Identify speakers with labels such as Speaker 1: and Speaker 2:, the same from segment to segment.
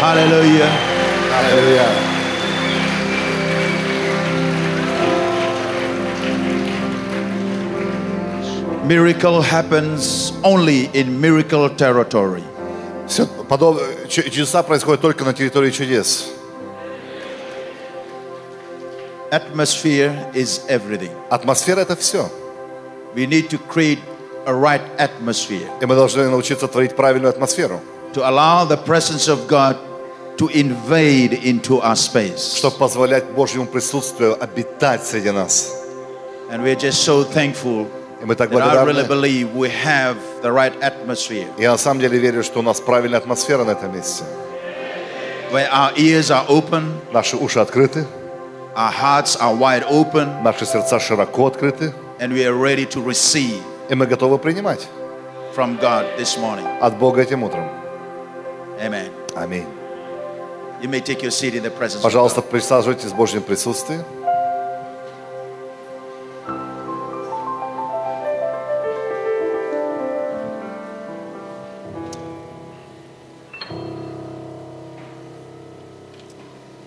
Speaker 1: Hallelujah. Hallelujah. Miracle happens only in miracle territory.
Speaker 2: Всё подоб- чу- Чудеса происходят только на территории чудес.
Speaker 1: Atmosphere is everything.
Speaker 2: Атмосфера это все.
Speaker 1: We need to create a right atmosphere
Speaker 2: И мы должны научиться творить правильную атмосферу,
Speaker 1: to allow the presence of God to invade into our space.
Speaker 2: чтобы позволять Божьему присутствию обитать среди нас.
Speaker 1: And we're just so thankful
Speaker 2: И мы так
Speaker 1: that I really
Speaker 2: благодарны.
Speaker 1: believe we have the right atmosphere
Speaker 2: Я на самом деле верю, что у нас правильная атмосфера на этом месте.
Speaker 1: where our ears are open,
Speaker 2: Наши уши открыты,
Speaker 1: our hearts are wide open,
Speaker 2: наши сердца широко открыты,
Speaker 1: and we are ready to receive
Speaker 2: и мы готовы принимать
Speaker 1: from God this morning.
Speaker 2: от Бога этим утром.
Speaker 1: Amen.
Speaker 2: Аминь.
Speaker 1: You may take your seat in the presence
Speaker 2: Пожалуйста,
Speaker 1: of
Speaker 2: присаживайтесь в Божьем присутствии.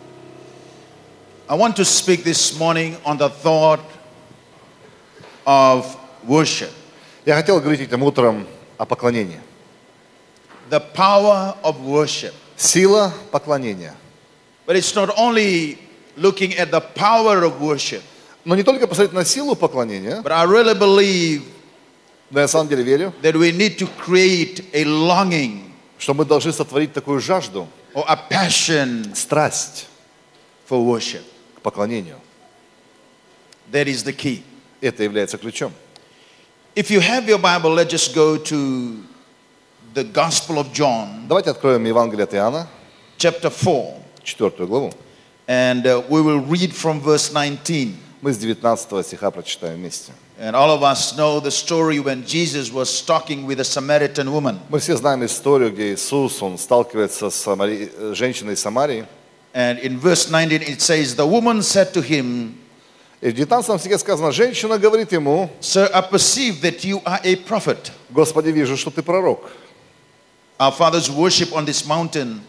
Speaker 1: God. I want to speak this morning on the thought of worship,
Speaker 2: Я хотел говорить этим утром о поклонении.
Speaker 1: the power of worship.
Speaker 2: Сила поклонения.
Speaker 1: But it's not only looking at the power of worship,
Speaker 2: Но не только посмотреть на силу поклонения,
Speaker 1: but I really believe
Speaker 2: но я на самом деле верю,
Speaker 1: that we need to create a longing
Speaker 2: что мы должны сотворить такую жажду,
Speaker 1: or a passion
Speaker 2: страсть
Speaker 1: for worship.
Speaker 2: к поклонению.
Speaker 1: That is the key.
Speaker 2: Это является ключом.
Speaker 1: If you have your Bible, let's just go to the Gospel of John,
Speaker 2: Давайте откроем Евангелие от Иоанна,
Speaker 1: chapter 4,
Speaker 2: 4 главу.
Speaker 1: and uh, we will read from verse 19.
Speaker 2: Мы с 19 стиха прочитаем вместе.
Speaker 1: And all of us know the story when Jesus was talking with a Samaritan woman.
Speaker 2: Мы все знаем историю, где Иисус, он сталкивается с Самари- э, женщиной из Самарии.
Speaker 1: And in verse 19, it says, The woman said to him,
Speaker 2: И в 19 стихе сказано, женщина говорит ему,
Speaker 1: Sir, I perceive that you are a prophet.
Speaker 2: Господи, вижу, что ты пророк.
Speaker 1: Our fathers worship on this mountain,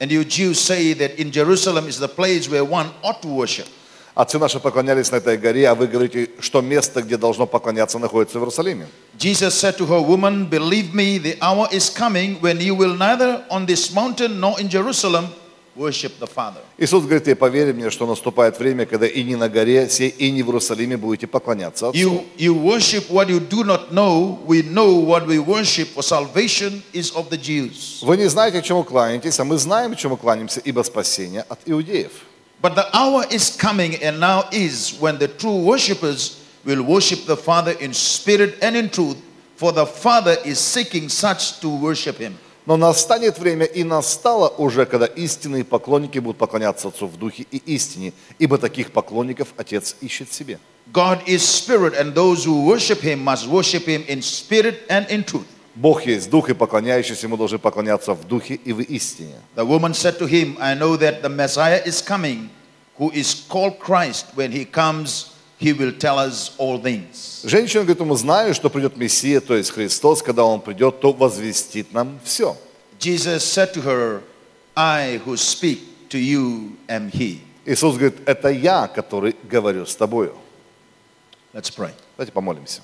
Speaker 1: and you Jews say that in Jerusalem is the place where one ought to worship.
Speaker 2: Отцы наши поклонялись на этой горе, а вы говорите, что место, где должно поклоняться, находится в Иерусалиме.
Speaker 1: Jesus said to her, Woman, believe me, the hour is coming when you will neither on this mountain nor in Jerusalem worship the Father.
Speaker 2: Иисус говорит ей, поверь мне, что наступает время, когда и не на горе сей, и не в Иерусалиме будете поклоняться Отцу.
Speaker 1: You, you worship what you do not know. We know what we worship, for salvation is of the Jews.
Speaker 2: Вы не знаете, чему кланяетесь, а мы знаем, чему кланяемся, ибо спасение от иудеев.
Speaker 1: But the hour is coming and now is when the true worshippers will worship the Father in spirit and in truth, for the Father is seeking such to worship him.
Speaker 2: Но настанет время, и настало уже, когда истинные поклонники будут поклоняться Отцу в духе и истине, ибо таких поклонников Отец ищет себе.
Speaker 1: God is spirit, and those who worship him must worship him in spirit and in truth.
Speaker 2: Бог есть дух, и поклоняющиеся Ему должны поклоняться в духе и в истине.
Speaker 1: The woman said to him, I know that the Messiah is coming, who is called Christ. When he comes, he will tell us all things.
Speaker 2: Женщина говорит, мы знаем, что придет Мессия, то есть Христос, когда Он придет, то возвестит нам все.
Speaker 1: Jesus said to her, I who speak to you am he.
Speaker 2: Иисус говорит, это я, который говорю с тобою.
Speaker 1: Let's pray.
Speaker 2: Давайте помолимся.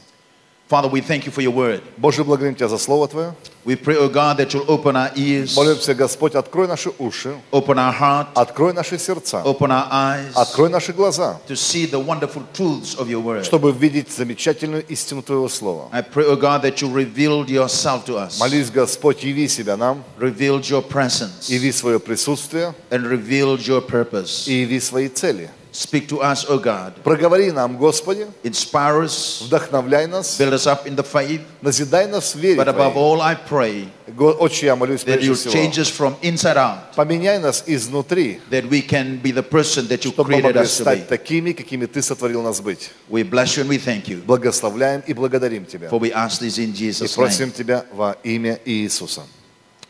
Speaker 1: Father, we thank you for your word.
Speaker 2: Боже, благодарим Тебя за Слово Твое.
Speaker 1: We pray, O God, that you'll open our ears,
Speaker 2: Молимся, Господь, открой наши уши,
Speaker 1: open our heart,
Speaker 2: открой наши сердца,
Speaker 1: open our eyes
Speaker 2: открой наши глаза,
Speaker 1: to see the wonderful truths of your word.
Speaker 2: чтобы видеть замечательную истину Твоего Слова.
Speaker 1: I pray, O God, that you revealed yourself to us,
Speaker 2: Молись, Господь, яви себя нам,
Speaker 1: revealed your presence,
Speaker 2: яви свое присутствие
Speaker 1: and revealed your purpose.
Speaker 2: и яви свои цели.
Speaker 1: Speak to us, O God.
Speaker 2: Проговори нам, Господи,
Speaker 1: Inspire us,
Speaker 2: вдохновляй нас,
Speaker 1: build us up in the faith.
Speaker 2: назидай нас в вере
Speaker 1: But above
Speaker 2: Твоей.
Speaker 1: all, I pray
Speaker 2: Го- Отче, я молюсь
Speaker 1: that
Speaker 2: прежде
Speaker 1: you
Speaker 2: всего,
Speaker 1: change us from inside out,
Speaker 2: поменяй нас изнутри,
Speaker 1: that we can be the person that you
Speaker 2: чтобы мы
Speaker 1: created
Speaker 2: могли
Speaker 1: us to be.
Speaker 2: стать такими, какими Ты сотворил нас быть.
Speaker 1: We bless you and we thank you.
Speaker 2: Благословляем и благодарим Тебя.
Speaker 1: For we ask this in
Speaker 2: И
Speaker 1: Jesus'
Speaker 2: просим
Speaker 1: name.
Speaker 2: Тебя во имя Иисуса.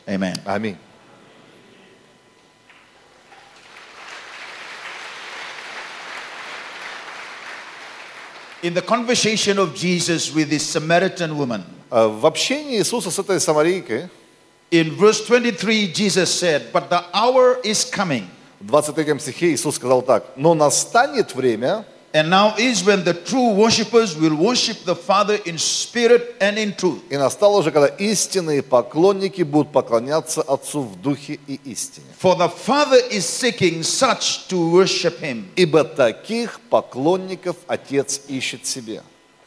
Speaker 1: Amen.
Speaker 2: Аминь.
Speaker 1: In the conversation of Jesus with this Samaritan woman,
Speaker 2: А В общении Иисуса с этой самарийкой
Speaker 1: In verse 23, Jesus said, But the hour is coming,
Speaker 2: В 23 стихе Иисус сказал так, «Но настанет время,
Speaker 1: and now is when the true worshippers will worship the Father in spirit and in truth.
Speaker 2: и настало же, когда истинные поклонники будут поклоняться Отцу в духе и истине.
Speaker 1: For the Father is seeking such to worship him.
Speaker 2: Ибо таких поклонников Отец ищет себе.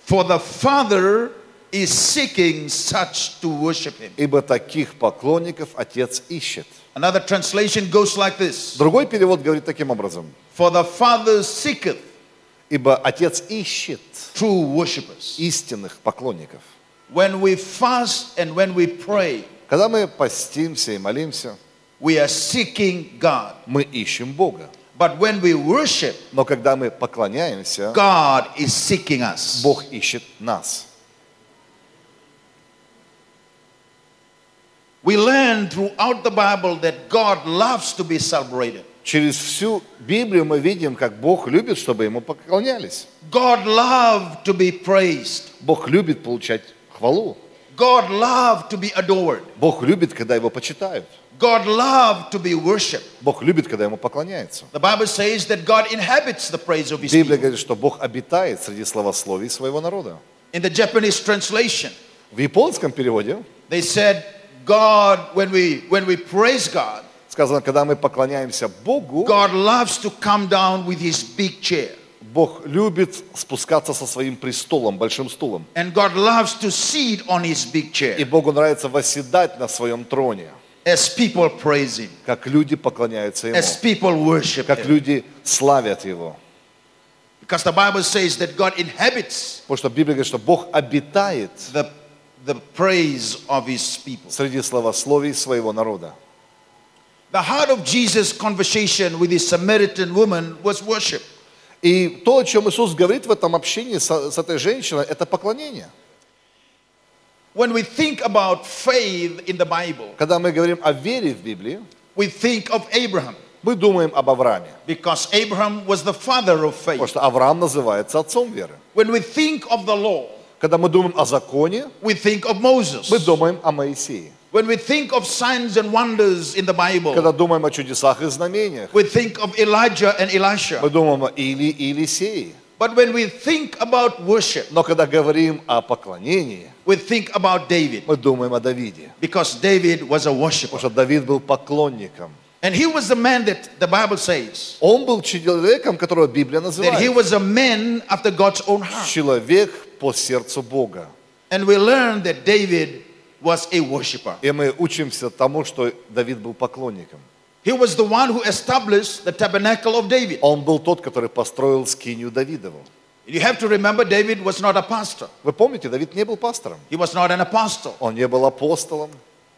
Speaker 1: For the Father is seeking such to worship him.
Speaker 2: Ибо таких поклонников Отец ищет».
Speaker 1: Another translation goes like this
Speaker 2: Другой перевод говорит таким образом,
Speaker 1: For the Father seeketh
Speaker 2: «Ибо Отец ищет
Speaker 1: true worshippers.
Speaker 2: истинных поклонников».
Speaker 1: When we fast and when we pray,
Speaker 2: Когда мы постимся и молимся,
Speaker 1: we are seeking God.
Speaker 2: мы ищем Бога.
Speaker 1: But when we worship,
Speaker 2: Но когда мы поклоняемся,
Speaker 1: God is seeking us.
Speaker 2: Бог ищет нас.
Speaker 1: We learn throughout the Bible that God loves to be celebrated.
Speaker 2: Через всю Библию мы видим, как Бог любит, чтобы Ему поклонялись.
Speaker 1: God loved to be praised.
Speaker 2: Бог любит получать хвалу.
Speaker 1: God loved to be adored.
Speaker 2: Бог любит, когда Его почитают.
Speaker 1: God loved to be worshipped.
Speaker 2: Бог любит, когда Ему поклоняются.
Speaker 1: The Bible says that God inhabits the praise of his people.
Speaker 2: Библия говорит, что Бог обитает среди словословий своего народа.
Speaker 1: In the Japanese translation,
Speaker 2: В японском переводе
Speaker 1: they said God when we when we praise God,
Speaker 2: сказано, когда мы поклоняемся Богу,
Speaker 1: God loves to come down with his big chair.
Speaker 2: Бог любит спускаться со своим престолом, большим стулом.
Speaker 1: And God loves to sit on his big
Speaker 2: И
Speaker 1: chair
Speaker 2: Богу нравится восседать на своем троне,
Speaker 1: as people praise him,
Speaker 2: как люди поклоняются Ему,
Speaker 1: as people worship
Speaker 2: как
Speaker 1: him.
Speaker 2: люди славят Его.
Speaker 1: Because the Bible says that God inhabits
Speaker 2: Потому что Библия говорит, что Бог обитает
Speaker 1: the, the praise of his people.
Speaker 2: среди словословий своего народа.
Speaker 1: The heart of Jesus' conversation with the Samaritan woman was worship.
Speaker 2: И то, о чем Иисус говорит в этом общении с, с этой женщиной, это поклонение.
Speaker 1: When we think about faith in the Bible,
Speaker 2: Когда мы говорим о вере в Библии,
Speaker 1: we think of Abraham
Speaker 2: мы думаем об Аврааме,
Speaker 1: because Abraham was the father of
Speaker 2: потому
Speaker 1: faith.
Speaker 2: что Авраам называется отцом веры.
Speaker 1: When we think of the law,
Speaker 2: Когда мы думаем о законе,
Speaker 1: we think of Moses.
Speaker 2: мы думаем о Моисее.
Speaker 1: When we think of signs and wonders in the Bible,
Speaker 2: Когда думаем о чудесах и знамениях,
Speaker 1: we think of Elijah and
Speaker 2: мы
Speaker 1: Elisha.
Speaker 2: думаем о Или и Елисее.
Speaker 1: But when we think about worship,
Speaker 2: Но когда говорим о поклонении,
Speaker 1: we think about David
Speaker 2: мы думаем о Давиде.
Speaker 1: because David was a worshiper.
Speaker 2: Потому что Давид был поклонником.
Speaker 1: And he was the man that the Bible says
Speaker 2: Он был человеком, которого Библия
Speaker 1: that he
Speaker 2: называет.
Speaker 1: was a man after God's own heart.
Speaker 2: Человек по сердцу Бога.
Speaker 1: And we learn that David was a worshiper.
Speaker 2: И мы учимся тому, что Давид был поклонником.
Speaker 1: He was the one who established the tabernacle of David.
Speaker 2: Он был тот, который построил скинию Давидову.
Speaker 1: You have to remember David was not a pastor.
Speaker 2: Вы помните, Давид не был пастором.
Speaker 1: He was not an apostle.
Speaker 2: Он не был апостолом.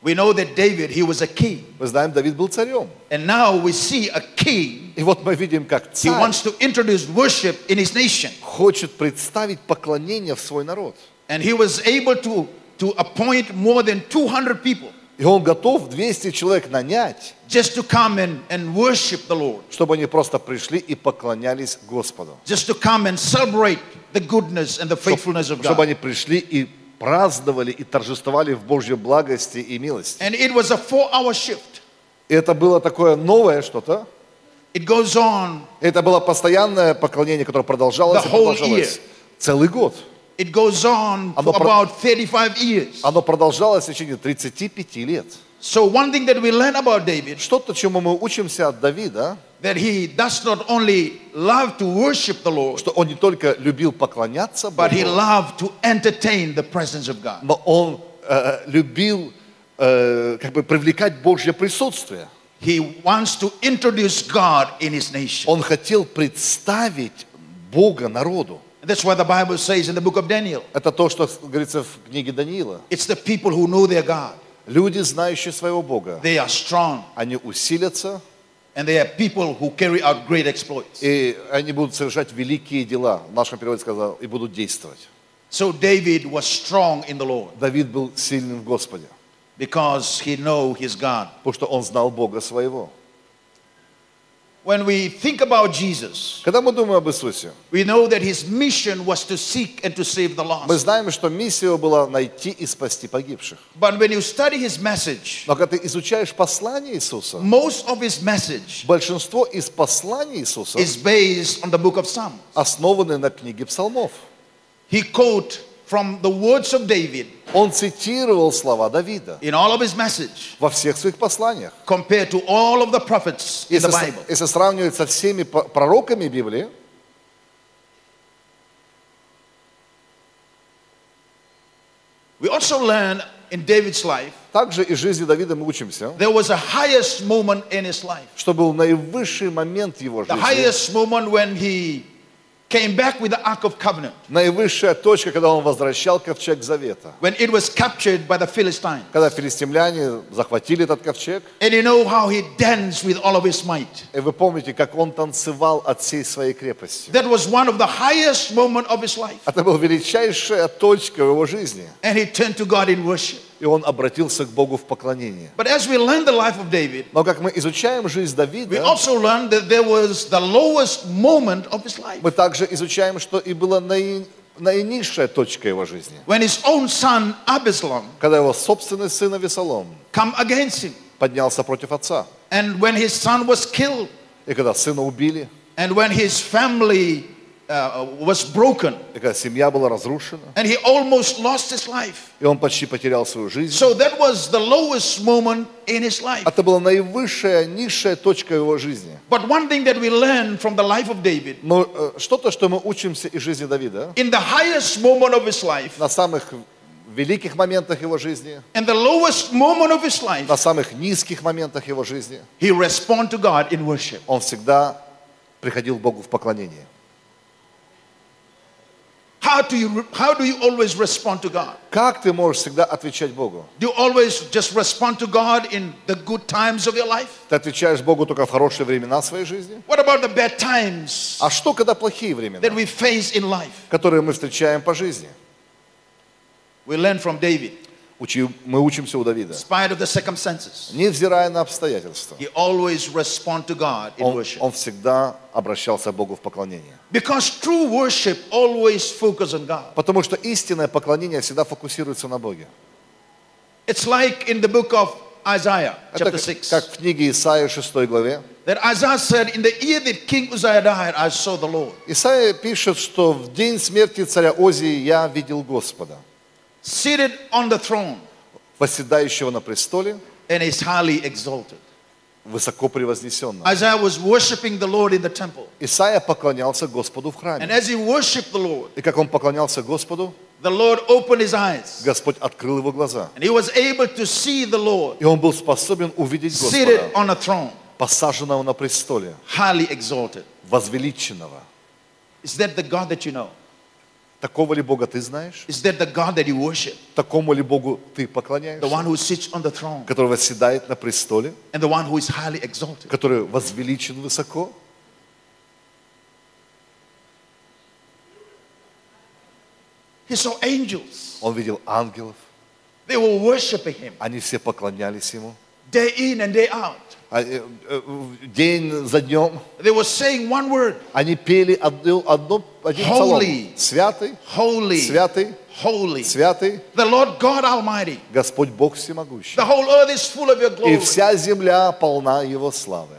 Speaker 1: We know that David, he was a king.
Speaker 2: Мы знаем, Давид был царем.
Speaker 1: And now we see a king.
Speaker 2: И вот мы видим, как
Speaker 1: He
Speaker 2: царь
Speaker 1: wants to introduce worship in his nation.
Speaker 2: хочет представить поклонение в свой народ.
Speaker 1: And he was able to, to appoint more than 200 people
Speaker 2: И он готов 200 человек нанять,
Speaker 1: just to come and, and worship the Lord,
Speaker 2: чтобы они просто пришли и поклонялись Господу.
Speaker 1: just to come and celebrate the goodness and the faithfulness of
Speaker 2: Чтобы
Speaker 1: God.
Speaker 2: они пришли и праздновали, и торжествовали в Божьей благости и милости.
Speaker 1: And it was a four hour shift.
Speaker 2: И это было такое новое что-то.
Speaker 1: It goes on,
Speaker 2: Это было постоянное поклонение, которое продолжалось
Speaker 1: The
Speaker 2: и
Speaker 1: whole
Speaker 2: продолжалось
Speaker 1: year.
Speaker 2: целый год.
Speaker 1: it goes on for
Speaker 2: Оно про-
Speaker 1: about 35 years.
Speaker 2: Оно продолжалось в течение 35 лет.
Speaker 1: So, one thing that we learn about David
Speaker 2: Что-то, чему мы учимся от Давида,
Speaker 1: that he does not only love to worship the Lord,
Speaker 2: что он не только любил поклоняться
Speaker 1: but he
Speaker 2: Богу,
Speaker 1: loved to entertain the presence of God.
Speaker 2: но он э, любил э, как бы привлекать Божье присутствие.
Speaker 1: He wants to introduce God in his nation.
Speaker 2: Он хотел представить Бога народу.
Speaker 1: And that's why the Bible says in the book of Daniel
Speaker 2: Это то, что говорится в книге Даниила.
Speaker 1: it's the people who know their God.
Speaker 2: Люди, знающие своего Бога,
Speaker 1: They are strong,
Speaker 2: они усилятся,
Speaker 1: and they are people who carry out great exploits.
Speaker 2: и они будут совершать великие дела, в нашем переводе сказал, и будут действовать.
Speaker 1: So, David was strong in the Lord
Speaker 2: Давид был сильным в Господе,
Speaker 1: because he knew his God.
Speaker 2: потому что он знал Бога своего.
Speaker 1: When we think about Jesus,
Speaker 2: Когда мы думаем об Иисусе,
Speaker 1: we know that his mission was to seek and to save the
Speaker 2: мы
Speaker 1: lost.
Speaker 2: знаем, что миссия его была найти и спасти погибших.
Speaker 1: But when you study his message,
Speaker 2: Но когда ты изучаешь послание Иисуса,
Speaker 1: most of his message
Speaker 2: большинство из посланий Иисуса
Speaker 1: is based on the book of Psalms.
Speaker 2: основаны на книге псалмов.
Speaker 1: He quote from the words of David
Speaker 2: Он цитировал слова Давида
Speaker 1: in all of his message
Speaker 2: во всех своих посланиях.
Speaker 1: compared to all of the prophets in
Speaker 2: Если,
Speaker 1: the
Speaker 2: с-
Speaker 1: Bible.
Speaker 2: если сравнивать со всеми по- пророками Библии,
Speaker 1: We also learn in David's life,
Speaker 2: также из жизни Давида мы учимся,
Speaker 1: there was a highest moment in his life.
Speaker 2: что был наивысший момент его
Speaker 1: The
Speaker 2: жизни,
Speaker 1: highest moment when he came back with the Ark of Covenant,
Speaker 2: наивысшая точка, когда он возвращал ковчег Завета,
Speaker 1: when it was captured by the Philistines.
Speaker 2: когда филистимляне захватили этот ковчег.
Speaker 1: And you know how he danced with all of his might.
Speaker 2: И вы помните, как он танцевал от всей своей крепости.
Speaker 1: That was one of the highest moment of his life.
Speaker 2: Это была величайшая точка в его жизни.
Speaker 1: And he turned to God in worship.
Speaker 2: И он обратился к Богу в поклонение.
Speaker 1: But as we learn the life of David,
Speaker 2: Но как мы изучаем жизнь
Speaker 1: we
Speaker 2: Давида,
Speaker 1: also learn that there was the lowest moment of his life.
Speaker 2: мы также изучаем, что и была наи- наинизшая точка его жизни.
Speaker 1: When his own son Absalom
Speaker 2: Когда его собственный сын Авесолом
Speaker 1: come against him.
Speaker 2: поднялся против отца.
Speaker 1: And when his son was killed.
Speaker 2: И когда сына убили,
Speaker 1: And when his family uh, was broken.
Speaker 2: и когда семья была разрушена,
Speaker 1: And he almost lost his life.
Speaker 2: и он почти потерял свою жизнь.
Speaker 1: So that was the lowest moment in his life.
Speaker 2: Это была наивысшая, низшая точка его жизни.
Speaker 1: But one thing that we learn from the life of David,
Speaker 2: Но э, что-то, что мы учимся из жизни Давида,
Speaker 1: in the highest moment of his life,
Speaker 2: на самых великих моментах его жизни,
Speaker 1: in the lowest moment of his life,
Speaker 2: на самых низких моментах его жизни,
Speaker 1: he responded to God in worship.
Speaker 2: он всегда приходил к Богу в поклонение.
Speaker 1: How do you how do you always respond to God?
Speaker 2: Как ты можешь всегда отвечать Богу?
Speaker 1: Do you always just respond to God in the good times of your life?
Speaker 2: Ты отвечаешь Богу только в хорошие времена своей жизни?
Speaker 1: What about the bad times
Speaker 2: А что, когда плохие
Speaker 1: that
Speaker 2: времена,
Speaker 1: we face in life?
Speaker 2: которые мы встречаем по жизни?
Speaker 1: We learn from David, in
Speaker 2: Учи- мы учимся у Давида.
Speaker 1: spite of the circumstances,
Speaker 2: Невзирая на обстоятельства,
Speaker 1: he always respond to God in
Speaker 2: он,
Speaker 1: worship.
Speaker 2: он всегда обращался к Богу в поклонение.
Speaker 1: Because true worship always focus on God.
Speaker 2: Потому что истинное поклонение всегда фокусируется на Боге.
Speaker 1: It's like in the book of Isaiah,
Speaker 2: Это
Speaker 1: chapter
Speaker 2: как,
Speaker 1: 6,
Speaker 2: как в книге Исаия 6 главе.
Speaker 1: that Isaiah said, In the year that King Uzziah died, I saw the Lord
Speaker 2: Исаия пишет, что в день смерти царя Озии я видел Господа,
Speaker 1: seated on the throne
Speaker 2: восседающего на престоле,
Speaker 1: and is highly exalted.
Speaker 2: высоко превознесенного.
Speaker 1: Isaiah was worshiping the Lord in the temple.
Speaker 2: Исаия поклонялся Господу в
Speaker 1: And
Speaker 2: храме.
Speaker 1: as he worshiped the Lord,
Speaker 2: И как он поклонялся Господу,
Speaker 1: the Lord opened his eyes
Speaker 2: Господь открыл его глаза.
Speaker 1: and he was able to see the Lord
Speaker 2: И он был способен увидеть
Speaker 1: seated
Speaker 2: Господа,
Speaker 1: on a throne,
Speaker 2: посаженного на престоле,
Speaker 1: highly exalted.
Speaker 2: возвеличенного.
Speaker 1: Is that the God that you know?
Speaker 2: Такого ли Бога ты знаешь?
Speaker 1: Is that the God that you worship?
Speaker 2: Такому ли Богу ты
Speaker 1: The
Speaker 2: поклоняешься?
Speaker 1: one who sits on the throne
Speaker 2: Который восседает на престоле,
Speaker 1: and the one who is highly exalted.
Speaker 2: который возвеличен высоко?
Speaker 1: He saw angels.
Speaker 2: Он видел ангелов,
Speaker 1: They were worshiping him
Speaker 2: они все поклонялись ему.
Speaker 1: day in and day out.
Speaker 2: А, э, э, в День за днем
Speaker 1: They were saying one word
Speaker 2: они пели одну, одну, один
Speaker 1: Holy.
Speaker 2: псалом. Святый,
Speaker 1: Holy,
Speaker 2: святый,
Speaker 1: holy.
Speaker 2: святый
Speaker 1: The Lord God Almighty.
Speaker 2: Господь Бог всемогущий.
Speaker 1: The whole earth is full of your
Speaker 2: И
Speaker 1: glory.
Speaker 2: вся земля полна Его славы.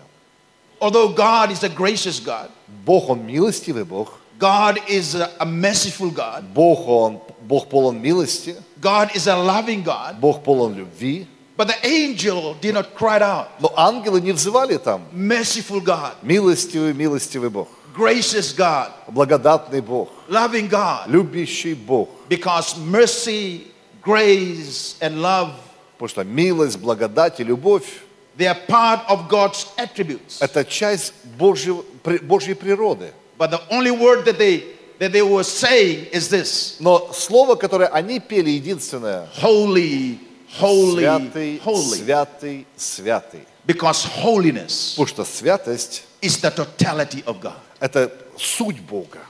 Speaker 1: Although God is a gracious God,
Speaker 2: Бог, Он милостивый Бог.
Speaker 1: God is a, a merciful God,
Speaker 2: Бог, Он, Бог полон милости.
Speaker 1: God is a loving God,
Speaker 2: Бог полон любви.
Speaker 1: but the angel did not cry out,
Speaker 2: Но ангелы не взывали там.
Speaker 1: Merciful God,
Speaker 2: Милостивый, милостивый Бог.
Speaker 1: gracious God,
Speaker 2: Благодатный Бог.
Speaker 1: loving God,
Speaker 2: Любящий Бог.
Speaker 1: because mercy, grace, and love,
Speaker 2: Потому что милость, благодать и любовь
Speaker 1: they are part of God's attributes.
Speaker 2: – это часть Божьего, при- Божьей природы.
Speaker 1: But the only word that they that they were saying is this:
Speaker 2: Но слово, которое они пели, единственное –
Speaker 1: holy, holy,
Speaker 2: святый,
Speaker 1: holy.
Speaker 2: святый, святый.
Speaker 1: Because holiness
Speaker 2: Потому что святость
Speaker 1: is the totality of God.
Speaker 2: – это суть Бога.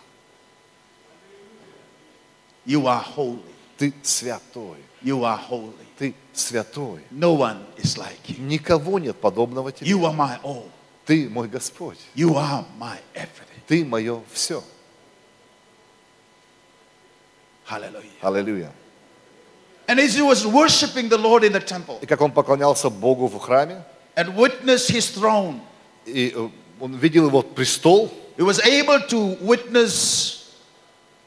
Speaker 1: You are holy.
Speaker 2: Ты святой,
Speaker 1: You are holy.
Speaker 2: ты святой.
Speaker 1: No one is like you.
Speaker 2: Никого нет подобного тебе.
Speaker 1: You are my all.
Speaker 2: Ты мой Господь,
Speaker 1: You are my everything.
Speaker 2: Ты мое все.
Speaker 1: Hallelujah.
Speaker 2: Аллилуйя.
Speaker 1: And as he was worshiping the Lord in the temple
Speaker 2: И как он поклонялся Богу в храме,
Speaker 1: and witnessed his throne,
Speaker 2: и э, он видел его престол,
Speaker 1: he was able to witness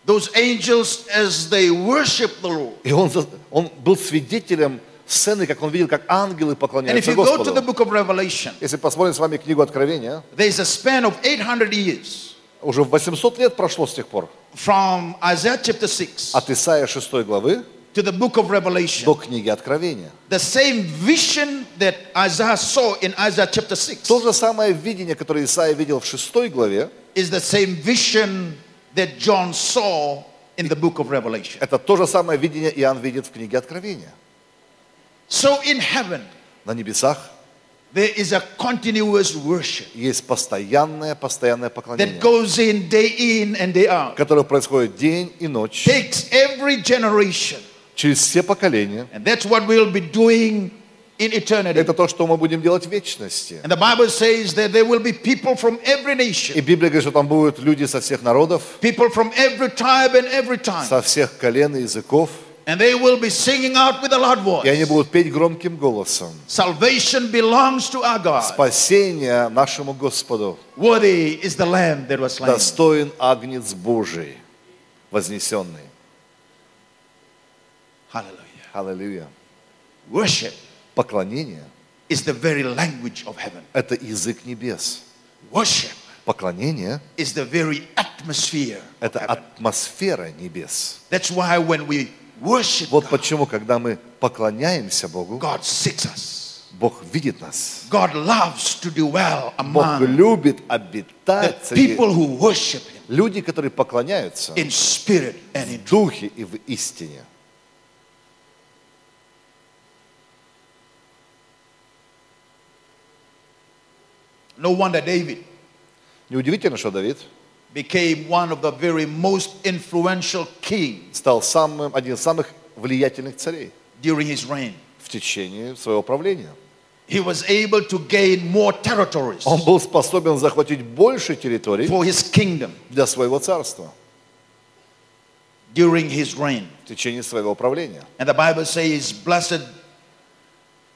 Speaker 1: those angels as they worship the Lord.
Speaker 2: и он, за- он был свидетелем сцены, как он видел, как ангелы
Speaker 1: And if
Speaker 2: поклоняются
Speaker 1: you go to the
Speaker 2: Господу.
Speaker 1: book of Revelation,
Speaker 2: Если посмотрим с вами книгу Откровения,
Speaker 1: there's a span of 800 years
Speaker 2: уже 800 лет прошло с тех пор,
Speaker 1: from Isaiah chapter 6
Speaker 2: от Исаия 6 главы
Speaker 1: to the Ah. book of Revelation.
Speaker 2: до книги Откровения.
Speaker 1: The same vision that Isaiah saw in Isaiah chapter 6
Speaker 2: То же самое видение, которое Исаия видел в 6 главе,
Speaker 1: is the same vision that John saw in the book of Revelation.
Speaker 2: это то же самое видение Иоанн видит в книге Откровения.
Speaker 1: So in heaven,
Speaker 2: На небесах
Speaker 1: there is a continuous worship
Speaker 2: есть постоянное, постоянное
Speaker 1: that
Speaker 2: поклонение,
Speaker 1: goes in day in and day out,
Speaker 2: которое происходит день и ночь,
Speaker 1: takes every generation.
Speaker 2: через все поколения.
Speaker 1: And that's what we'll be doing in eternity.
Speaker 2: Это то, что мы будем делать в вечности.
Speaker 1: And the Bible says that there will be people from every
Speaker 2: И
Speaker 1: nation,
Speaker 2: Библия говорит, что там будут люди со всех народов,
Speaker 1: people from every tribe and every tongue.
Speaker 2: со всех колен и языков,
Speaker 1: And they will be singing out with a loud
Speaker 2: и они
Speaker 1: voice.
Speaker 2: будут петь громким голосом.
Speaker 1: Salvation belongs to our God.
Speaker 2: Спасение нашему Господу.
Speaker 1: Worthy is the Lamb that was slain.
Speaker 2: Достоин Агнец Божий, вознесенный.
Speaker 1: Hallelujah.
Speaker 2: Аллилуйя.
Speaker 1: Worship
Speaker 2: Поклонение
Speaker 1: is the very language of heaven.
Speaker 2: – это язык небес.
Speaker 1: Worship
Speaker 2: Поклонение
Speaker 1: is the very atmosphere.
Speaker 2: – это атмосфера небес.
Speaker 1: That's why when we worship
Speaker 2: Вот
Speaker 1: God,
Speaker 2: почему, когда мы поклоняемся Богу,
Speaker 1: God seeks us.
Speaker 2: Бог видит нас.
Speaker 1: God loves to dwell
Speaker 2: Бог
Speaker 1: among
Speaker 2: любит
Speaker 1: the
Speaker 2: обитать среди
Speaker 1: people who worship Him
Speaker 2: Люди, которые поклоняются
Speaker 1: in spirit and in
Speaker 2: в духе и в истине.
Speaker 1: No wonder David
Speaker 2: Неудивительно, что Давид
Speaker 1: became one of the very most influential kings
Speaker 2: стал самым, один из самых влиятельных царей
Speaker 1: during his reign.
Speaker 2: в течение своего правления.
Speaker 1: He was able to gain more territories
Speaker 2: Он был способен захватить больше территорий
Speaker 1: for his kingdom
Speaker 2: для своего царства
Speaker 1: during his reign.
Speaker 2: в течение своего правления.
Speaker 1: And the Bible says, Blessed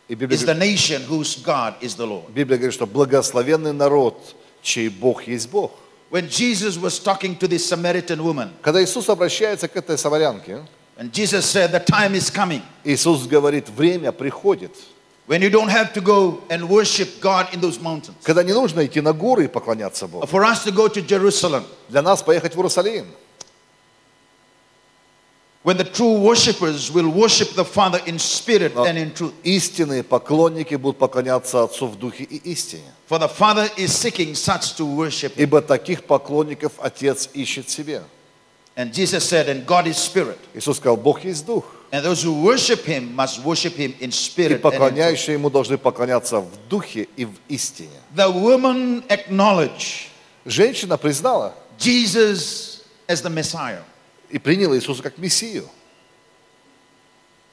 Speaker 2: И Библия,
Speaker 1: is the
Speaker 2: говорит-
Speaker 1: nation whose God is the Lord.
Speaker 2: Библия говорит, что благословенный народ, чей Бог есть Бог.
Speaker 1: When Jesus was talking to this Samaritan woman,
Speaker 2: Когда Иисус обращается к этой самарянке,
Speaker 1: and Jesus said, The time is coming
Speaker 2: Иисус говорит, время приходит,
Speaker 1: when you don't have to go and worship God in those mountains.
Speaker 2: когда не нужно идти на горы и поклоняться Богу.
Speaker 1: For us to go to Jerusalem,
Speaker 2: Для нас поехать в Иерусалим –
Speaker 1: when the true worshippers will worship the Father in spirit and in truth.
Speaker 2: истинные поклонники будут поклоняться Отцу в духе и истине.
Speaker 1: For the Father is seeking such to worship Him.
Speaker 2: Ибо таких поклонников Отец ищет себе.
Speaker 1: And Jesus said, And God is spirit.
Speaker 2: Иисус сказал, Бог есть Дух.
Speaker 1: And those who worship Him must worship Him in
Speaker 2: И
Speaker 1: spirit. And in truth.
Speaker 2: поклоняющие Ему должны поклоняться в духе и в истине.
Speaker 1: The woman acknowledged
Speaker 2: Женщина признала
Speaker 1: Jesus as the Messiah.
Speaker 2: и приняла Иисуса как Мессию.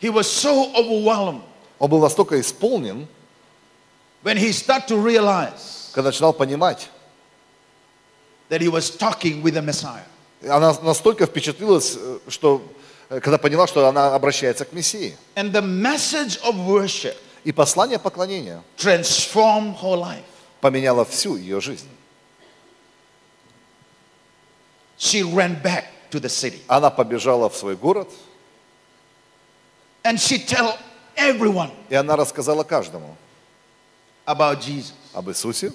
Speaker 1: He was so overwhelmed
Speaker 2: Он был настолько исполнен,
Speaker 1: when he started to realize
Speaker 2: когда начинал понимать.
Speaker 1: that he was talking with the Messiah.
Speaker 2: Она настолько впечатлилась, э, что э, когда поняла, что она обращается к Мессии.
Speaker 1: And the message of worship
Speaker 2: И послание поклонения
Speaker 1: transformed her life.
Speaker 2: поменяло всю ее жизнь.
Speaker 1: She ran back to the city
Speaker 2: Она побежала в свой город,
Speaker 1: and she told everyone
Speaker 2: и она рассказала каждому
Speaker 1: about Jesus.
Speaker 2: об Иисусе,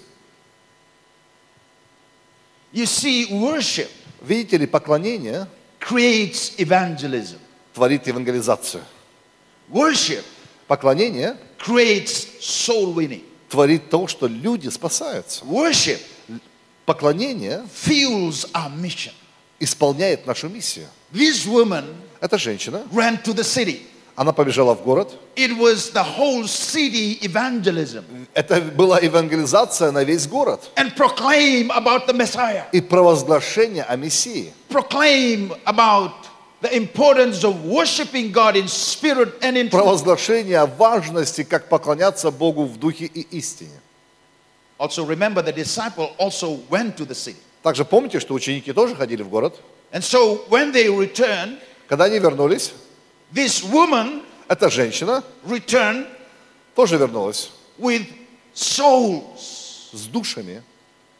Speaker 1: You see, worship
Speaker 2: Видите ли, поклонение
Speaker 1: creates evangelism,
Speaker 2: творит евангелизацию.
Speaker 1: worship
Speaker 2: Поклонение
Speaker 1: creates soul winning,
Speaker 2: творит то, что люди спасаются.
Speaker 1: worship
Speaker 2: Поклонение
Speaker 1: fuels our mission.
Speaker 2: исполняет нашу миссию.
Speaker 1: This woman
Speaker 2: Эта женщина,
Speaker 1: ran to the city.
Speaker 2: она побежала в город.
Speaker 1: It was the whole city evangelism.
Speaker 2: Это была евангелизация на весь город.
Speaker 1: and proclaim about the Messiah,
Speaker 2: И провозглашение о Мессии.
Speaker 1: proclaim about the importance of worshiping God in spirit and in truth.
Speaker 2: Провозглашение о важности, как поклоняться Богу в духе и истине.
Speaker 1: Also remember the disciple also went to the city.
Speaker 2: Также помните, что ученики тоже ходили в город.
Speaker 1: And so when they returned,
Speaker 2: Когда они вернулись,
Speaker 1: this woman
Speaker 2: эта женщина
Speaker 1: returned
Speaker 2: тоже вернулась
Speaker 1: with souls,
Speaker 2: с душами.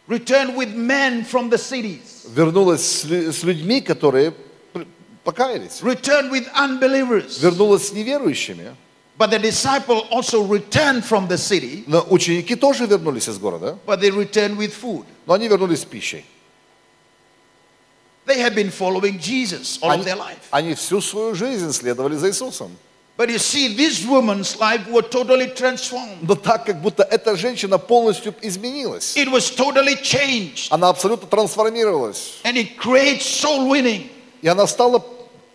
Speaker 1: returned with men from the cities,
Speaker 2: Вернулась с лю- с людьми, которые пр- покаялись.
Speaker 1: returned with unbelievers.
Speaker 2: Вернулась с неверующими.
Speaker 1: But the disciple also returned from the city,
Speaker 2: Но ученики тоже вернулись из города,
Speaker 1: but they returned with food.
Speaker 2: но они вернулись с пищей.
Speaker 1: They had been following Jesus all of
Speaker 2: Они,
Speaker 1: their life.
Speaker 2: они всю свою жизнь следовали за Иисусом.
Speaker 1: But you see, this woman's life was totally transformed.
Speaker 2: Но так, как будто эта женщина полностью изменилась.
Speaker 1: It was totally changed.
Speaker 2: Она абсолютно трансформировалась.
Speaker 1: And it creates soul winning.
Speaker 2: И она стала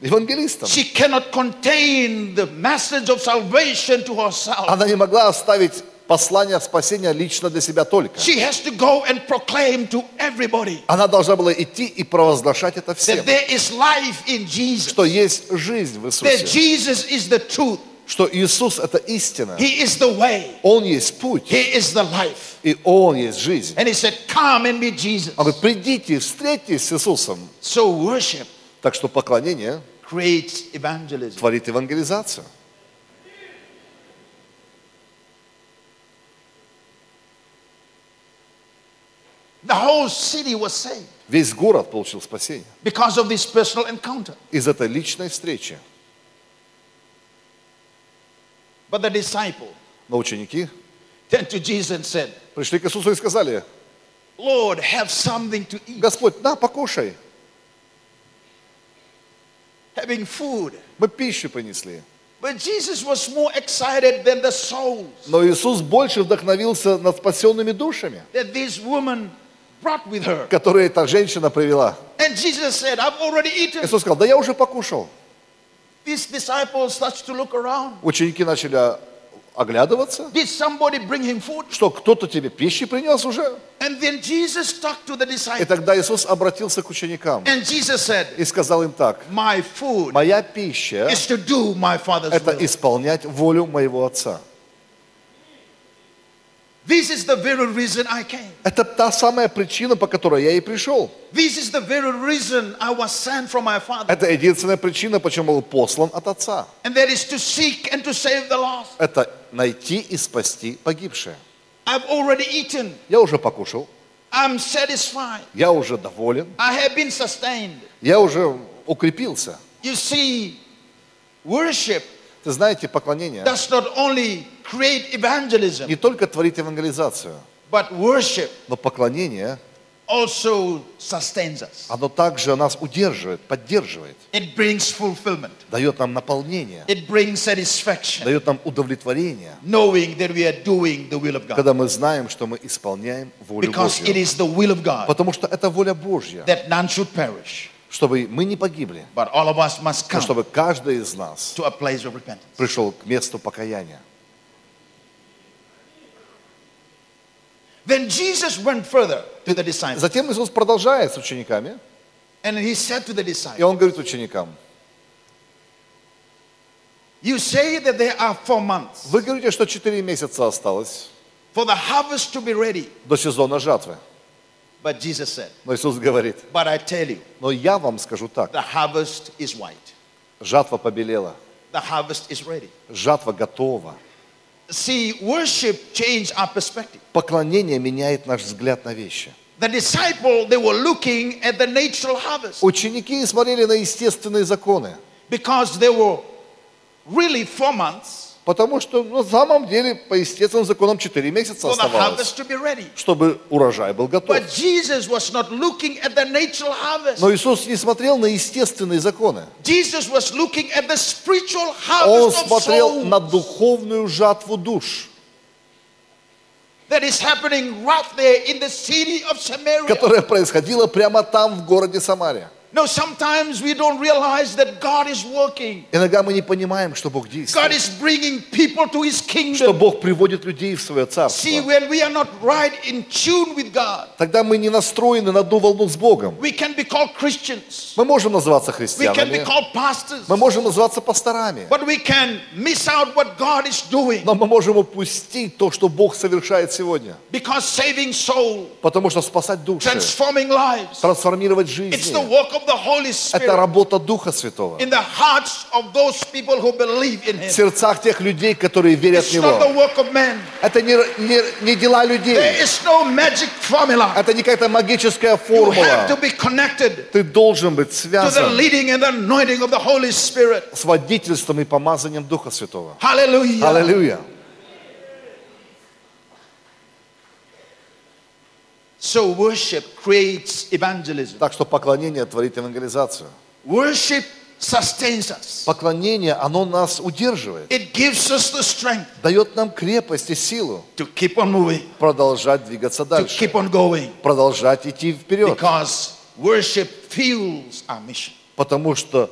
Speaker 2: евангелистом.
Speaker 1: She cannot contain the message of salvation to herself.
Speaker 2: Она не могла оставить послание спасения лично для себя только.
Speaker 1: She has to go and proclaim to everybody
Speaker 2: Она должна была идти и провозглашать это всем,
Speaker 1: that there is life in Jesus,
Speaker 2: что есть жизнь в
Speaker 1: that
Speaker 2: Иисусе,
Speaker 1: Jesus is the truth,
Speaker 2: что Иисус – это истина,
Speaker 1: He is the way,
Speaker 2: Он есть путь,
Speaker 1: He is the life.
Speaker 2: и Он есть жизнь.
Speaker 1: And He said, Come and meet Jesus.
Speaker 2: Он говорит, придите, и встретитесь с Иисусом.
Speaker 1: So worship
Speaker 2: Так что поклонение
Speaker 1: creates evangelism.
Speaker 2: творит евангелизацию.
Speaker 1: The whole city was saved
Speaker 2: Весь город получил спасение
Speaker 1: because of this personal encounter.
Speaker 2: из этой личной встречи.
Speaker 1: But the disciple
Speaker 2: Но ученики
Speaker 1: turned to Jesus and said,
Speaker 2: пришли к Иисусу и сказали,
Speaker 1: Lord, have something to eat.
Speaker 2: Господь, на, покушай,
Speaker 1: Having food.
Speaker 2: мы пищу принесли.
Speaker 1: But Jesus was more excited than the souls
Speaker 2: Но Иисус больше вдохновился над спасенными душами,
Speaker 1: that this woman brought with her.
Speaker 2: которые эта женщина привела.
Speaker 1: And Jesus said, I've already eaten.
Speaker 2: Иисус сказал, да я уже покушал.
Speaker 1: These disciples starts to look around.
Speaker 2: Ученики начали оглядываться,
Speaker 1: Did somebody bring him food?
Speaker 2: что кто-то тебе пищи принес уже.
Speaker 1: And then Jesus talked to the
Speaker 2: И
Speaker 1: disciples.
Speaker 2: тогда Иисус обратился к ученикам
Speaker 1: And Jesus said,
Speaker 2: и сказал им так,
Speaker 1: My food
Speaker 2: моя пища
Speaker 1: is to do my
Speaker 2: –
Speaker 1: Father's
Speaker 2: это
Speaker 1: will.
Speaker 2: исполнять волю моего Отца.
Speaker 1: This is the very reason I came.
Speaker 2: Это та самая причина, по которой я и пришел.
Speaker 1: This is the very reason I was sent from my Father.
Speaker 2: Это единственная причина, почему был послан от Отца.
Speaker 1: And that is to seek and to save the lost.
Speaker 2: Это найти и спасти погибшее.
Speaker 1: I've already eaten.
Speaker 2: Я уже покушал,
Speaker 1: I'm satisfied.
Speaker 2: я уже доволен,
Speaker 1: I have been sustained.
Speaker 2: я уже укрепился.
Speaker 1: You see, worship
Speaker 2: Ты знаете, поклонение
Speaker 1: does not only create evangelism,
Speaker 2: не только творит евангелизацию,
Speaker 1: but worship
Speaker 2: но поклонение,
Speaker 1: also sustains us.
Speaker 2: оно также нас удерживает, поддерживает,
Speaker 1: It brings fulfillment,
Speaker 2: дает нам наполнение,
Speaker 1: it brings satisfaction,
Speaker 2: дает нам удовлетворение,
Speaker 1: knowing that we are doing the will of God.
Speaker 2: когда мы знаем, что мы исполняем волю
Speaker 1: Because it
Speaker 2: Божью.
Speaker 1: is the will of God
Speaker 2: Потому что это воля Божья,
Speaker 1: that none should perish,
Speaker 2: чтобы мы не погибли,
Speaker 1: but all of us must
Speaker 2: но
Speaker 1: come
Speaker 2: чтобы каждый из нас
Speaker 1: to a place of repentance.
Speaker 2: пришел к месту покаяния.
Speaker 1: Then Jesus went further to the disciples
Speaker 2: Затем Иисус продолжает с учениками,
Speaker 1: and he said to the
Speaker 2: и
Speaker 1: disciples,
Speaker 2: Он говорит ученикам,
Speaker 1: You say that there are four months
Speaker 2: вы говорите, что 4 месяца осталось
Speaker 1: for the harvest to be ready.
Speaker 2: до сезона жатвы.
Speaker 1: But Jesus said,
Speaker 2: Но Иисус говорит,
Speaker 1: But I tell you,
Speaker 2: но я вам скажу так,
Speaker 1: the harvest is white,
Speaker 2: жатва побелела,
Speaker 1: the harvest is ready.
Speaker 2: жатва готова.
Speaker 1: See, worship changed our perspective.
Speaker 2: Поклонение меняет наш взгляд на вещи.
Speaker 1: The disciple, they were looking at the natural harvest
Speaker 2: Ученики смотрели на естественные законы,
Speaker 1: because they were really four months
Speaker 2: потому что ну, на самом деле по естественным законам 4 месяца
Speaker 1: for the
Speaker 2: оставалось,
Speaker 1: harvest to be ready.
Speaker 2: чтобы урожай был готов.
Speaker 1: But Jesus was not looking at the natural harvest.
Speaker 2: Но Иисус не смотрел на естественные законы.
Speaker 1: Jesus was looking at the spiritual
Speaker 2: Он
Speaker 1: harvest of
Speaker 2: смотрел на
Speaker 1: souls
Speaker 2: духовную жатву душ,
Speaker 1: that is happening right there in the city of Samaria.
Speaker 2: которая происходила прямо там, в городе Самаре.
Speaker 1: No, sometimes we don't realize that God is working.
Speaker 2: Иногда мы не понимаем, что Бог
Speaker 1: God
Speaker 2: действует,
Speaker 1: is bringing people to his
Speaker 2: что
Speaker 1: kingdom.
Speaker 2: Бог приводит людей в свое
Speaker 1: See,
Speaker 2: царство.
Speaker 1: when we are not right in tune with God,
Speaker 2: Тогда мы не настроены на одну волну с Богом.
Speaker 1: we can be called Christians.
Speaker 2: Мы можем называться
Speaker 1: We can be
Speaker 2: христианами,
Speaker 1: called pastors.
Speaker 2: мы можем называться пасторами,
Speaker 1: But we can miss out what God is doing
Speaker 2: но мы можем упустить то, что Бог совершает сегодня.
Speaker 1: because saving soul,
Speaker 2: Потому что спасать души,
Speaker 1: transforming lives,
Speaker 2: трансформировать
Speaker 1: it's the
Speaker 2: жизни,
Speaker 1: work of the Holy
Speaker 2: это
Speaker 1: Spirit
Speaker 2: работа Духа Святого.
Speaker 1: in the hearts of those people who believe in
Speaker 2: В
Speaker 1: Him.
Speaker 2: сердцах тех людей, которые верят в
Speaker 1: It's not
Speaker 2: Него.
Speaker 1: the work of men.
Speaker 2: Это не, не- не дела людей.
Speaker 1: There is no magic formula.
Speaker 2: Это не какая-то магическая
Speaker 1: You have to
Speaker 2: формула.
Speaker 1: be connected
Speaker 2: Ты должен быть
Speaker 1: to the
Speaker 2: связан
Speaker 1: leading and anointing of the Holy Spirit.
Speaker 2: с водительством и помазанием Духа Святого.
Speaker 1: Hallelujah.
Speaker 2: Аллилуйя.
Speaker 1: So worship creates evangelism.
Speaker 2: Так что поклонение творит евангелизацию.
Speaker 1: Worship sustains us.
Speaker 2: Поклонение, оно нас удерживает,
Speaker 1: It gives us the strength
Speaker 2: дает нам крепость и силу
Speaker 1: to keep on moving,
Speaker 2: продолжать двигаться
Speaker 1: to
Speaker 2: дальше,
Speaker 1: keep on going,
Speaker 2: продолжать идти вперед,
Speaker 1: because worship fuels our mission.
Speaker 2: потому что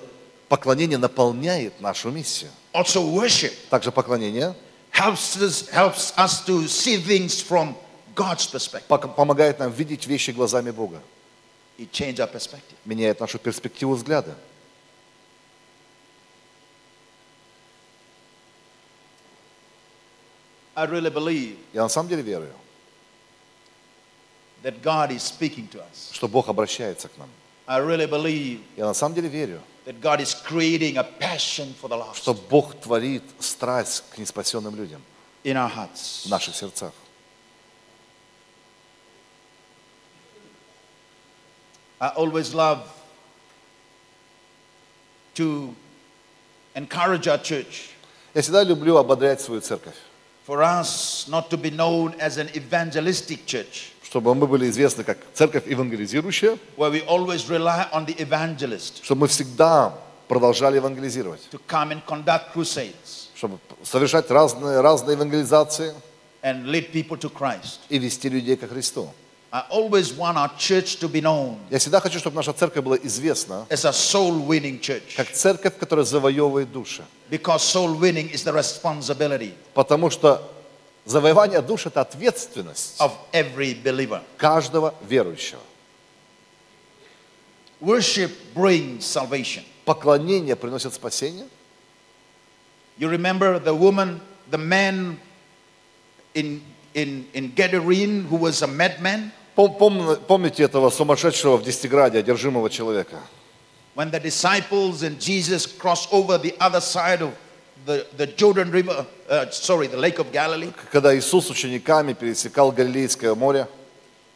Speaker 2: поклонение наполняет нашу миссию.
Speaker 1: Also, worship
Speaker 2: Также поклонение
Speaker 1: helps us helps us to see things from God's perspective.
Speaker 2: пок- помогает нам видеть вещи глазами Бога,
Speaker 1: It changes our perspective.
Speaker 2: меняет нашу перспективу взгляда.
Speaker 1: I really believe
Speaker 2: Я на самом деле верю,
Speaker 1: that God is speaking to us.
Speaker 2: что Бог обращается к нам.
Speaker 1: I really believe
Speaker 2: Я на самом деле верю,
Speaker 1: that God is creating a passion for the lost
Speaker 2: что Бог творит страсть к неспасенным людям
Speaker 1: in our
Speaker 2: в
Speaker 1: hearts.
Speaker 2: наших сердцах.
Speaker 1: I always love to encourage our church
Speaker 2: Я всегда люблю ободрять свою церковь,
Speaker 1: for us not to be known as an evangelistic church
Speaker 2: чтобы мы были известны как церковь евангелизирующая,
Speaker 1: where we always rely on the evangelist
Speaker 2: чтобы мы всегда продолжали евангелизировать,
Speaker 1: to come and conduct crusades
Speaker 2: чтобы совершать разные, разные евангелизации
Speaker 1: and lead people to Christ.
Speaker 2: и вести людей ко Христу.
Speaker 1: I always want our church to be known
Speaker 2: Я всегда хочу, чтобы наша церковь была известна
Speaker 1: as a soul winning church
Speaker 2: как церковь, которая завоевывает души.
Speaker 1: because soul winning is the responsibility
Speaker 2: Потому что завоевание душ – это ответственность
Speaker 1: of every believer.
Speaker 2: каждого верующего.
Speaker 1: Worship brings salvation.
Speaker 2: Поклонение приносит спасение.
Speaker 1: You remember the woman, the man in, in, in Gadarene who was a madman?
Speaker 2: Пом- пом- Помните этого сумасшедшего в Десятиграде, одержимого человека?
Speaker 1: When the disciples and Jesus crossed over the other side of the, the Jordan River, uh, sorry, the Lake of Galilee,
Speaker 2: К- Когда Иисус с учениками пересекал Галилейское море,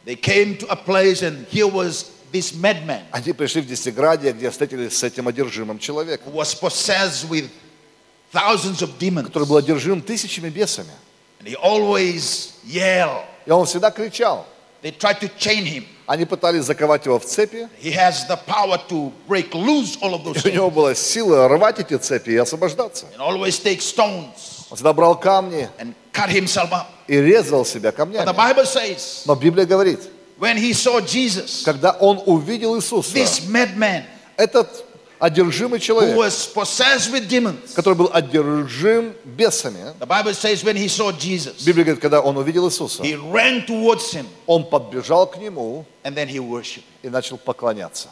Speaker 1: they came to a place and here was this madman
Speaker 2: они пришли в Десятиграде, где встретились с этим одержимым человеком,
Speaker 1: who was possessed with thousands of demons.
Speaker 2: который был одержим тысячами бесами.
Speaker 1: And he always yelled.
Speaker 2: И он всегда кричал.
Speaker 1: They tried to chain him.
Speaker 2: Они пытались заковать его в цепи,
Speaker 1: He has the power to break loose all of those
Speaker 2: и у
Speaker 1: things
Speaker 2: него была сила рвать эти цепи и освобождаться.
Speaker 1: and always take stones
Speaker 2: Он всегда брал камни
Speaker 1: and cut himself up.
Speaker 2: и резал себя
Speaker 1: But the
Speaker 2: камнями.
Speaker 1: Bible says
Speaker 2: Но Библия говорит,
Speaker 1: when he saw Jesus,
Speaker 2: когда он увидел Иисуса,
Speaker 1: this madman
Speaker 2: этот одержимый
Speaker 1: who
Speaker 2: человек,
Speaker 1: was possessed with demons,
Speaker 2: который был одержим бесами,
Speaker 1: the Bible says when he saw Jesus,
Speaker 2: Библия говорит, когда он увидел Иисуса,
Speaker 1: he ran towards him
Speaker 2: он подбежал к нему
Speaker 1: and then he worshiped.
Speaker 2: и начал поклоняться.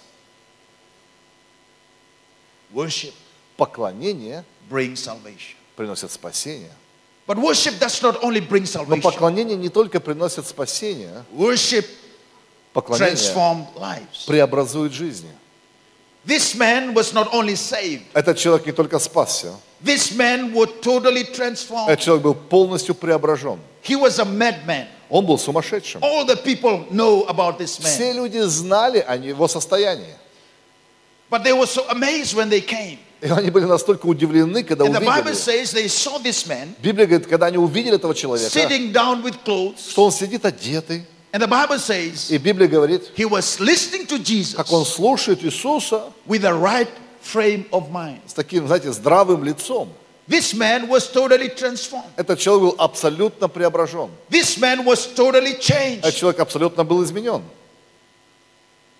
Speaker 1: Worship
Speaker 2: Поклонение
Speaker 1: brings salvation.
Speaker 2: приносит спасение.
Speaker 1: But worship does not only bring
Speaker 2: Но
Speaker 1: salvation,
Speaker 2: поклонение не только приносит спасение,
Speaker 1: worship
Speaker 2: поклонение
Speaker 1: transformed lives.
Speaker 2: преобразует жизни.
Speaker 1: This man was not only saved,
Speaker 2: Этот человек не только спасся,
Speaker 1: this man was totally transformed.
Speaker 2: этот человек был полностью преображен.
Speaker 1: He was a madman.
Speaker 2: Он был сумасшедшим.
Speaker 1: All the people know about this man.
Speaker 2: Все люди знали о его состоянии.
Speaker 1: But they were so amazed when they came.
Speaker 2: И они были настолько удивлены, когда
Speaker 1: And the Bible
Speaker 2: увидели.
Speaker 1: says they saw this man
Speaker 2: Библия говорит, когда они увидели этого человека,
Speaker 1: sitting down with clothes.
Speaker 2: что он сидит одетый.
Speaker 1: And the Bible says
Speaker 2: И Библия говорит,
Speaker 1: he was listening to
Speaker 2: как он
Speaker 1: Jesus
Speaker 2: слушает Иисуса
Speaker 1: with the right frame of mind.
Speaker 2: с таким, знаете, здравым лицом.
Speaker 1: This man was totally transformed.
Speaker 2: Этот человек был абсолютно преображен.
Speaker 1: This man was totally
Speaker 2: Этот
Speaker 1: changed.
Speaker 2: человек абсолютно был изменен.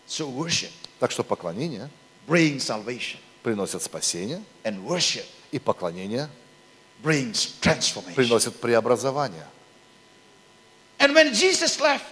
Speaker 1: So worship
Speaker 2: Так что поклонение
Speaker 1: brings salvation,
Speaker 2: приносит спасение,
Speaker 1: and worship
Speaker 2: и поклонение
Speaker 1: brings transformation.
Speaker 2: приносит преобразование.
Speaker 1: And when Jesus left,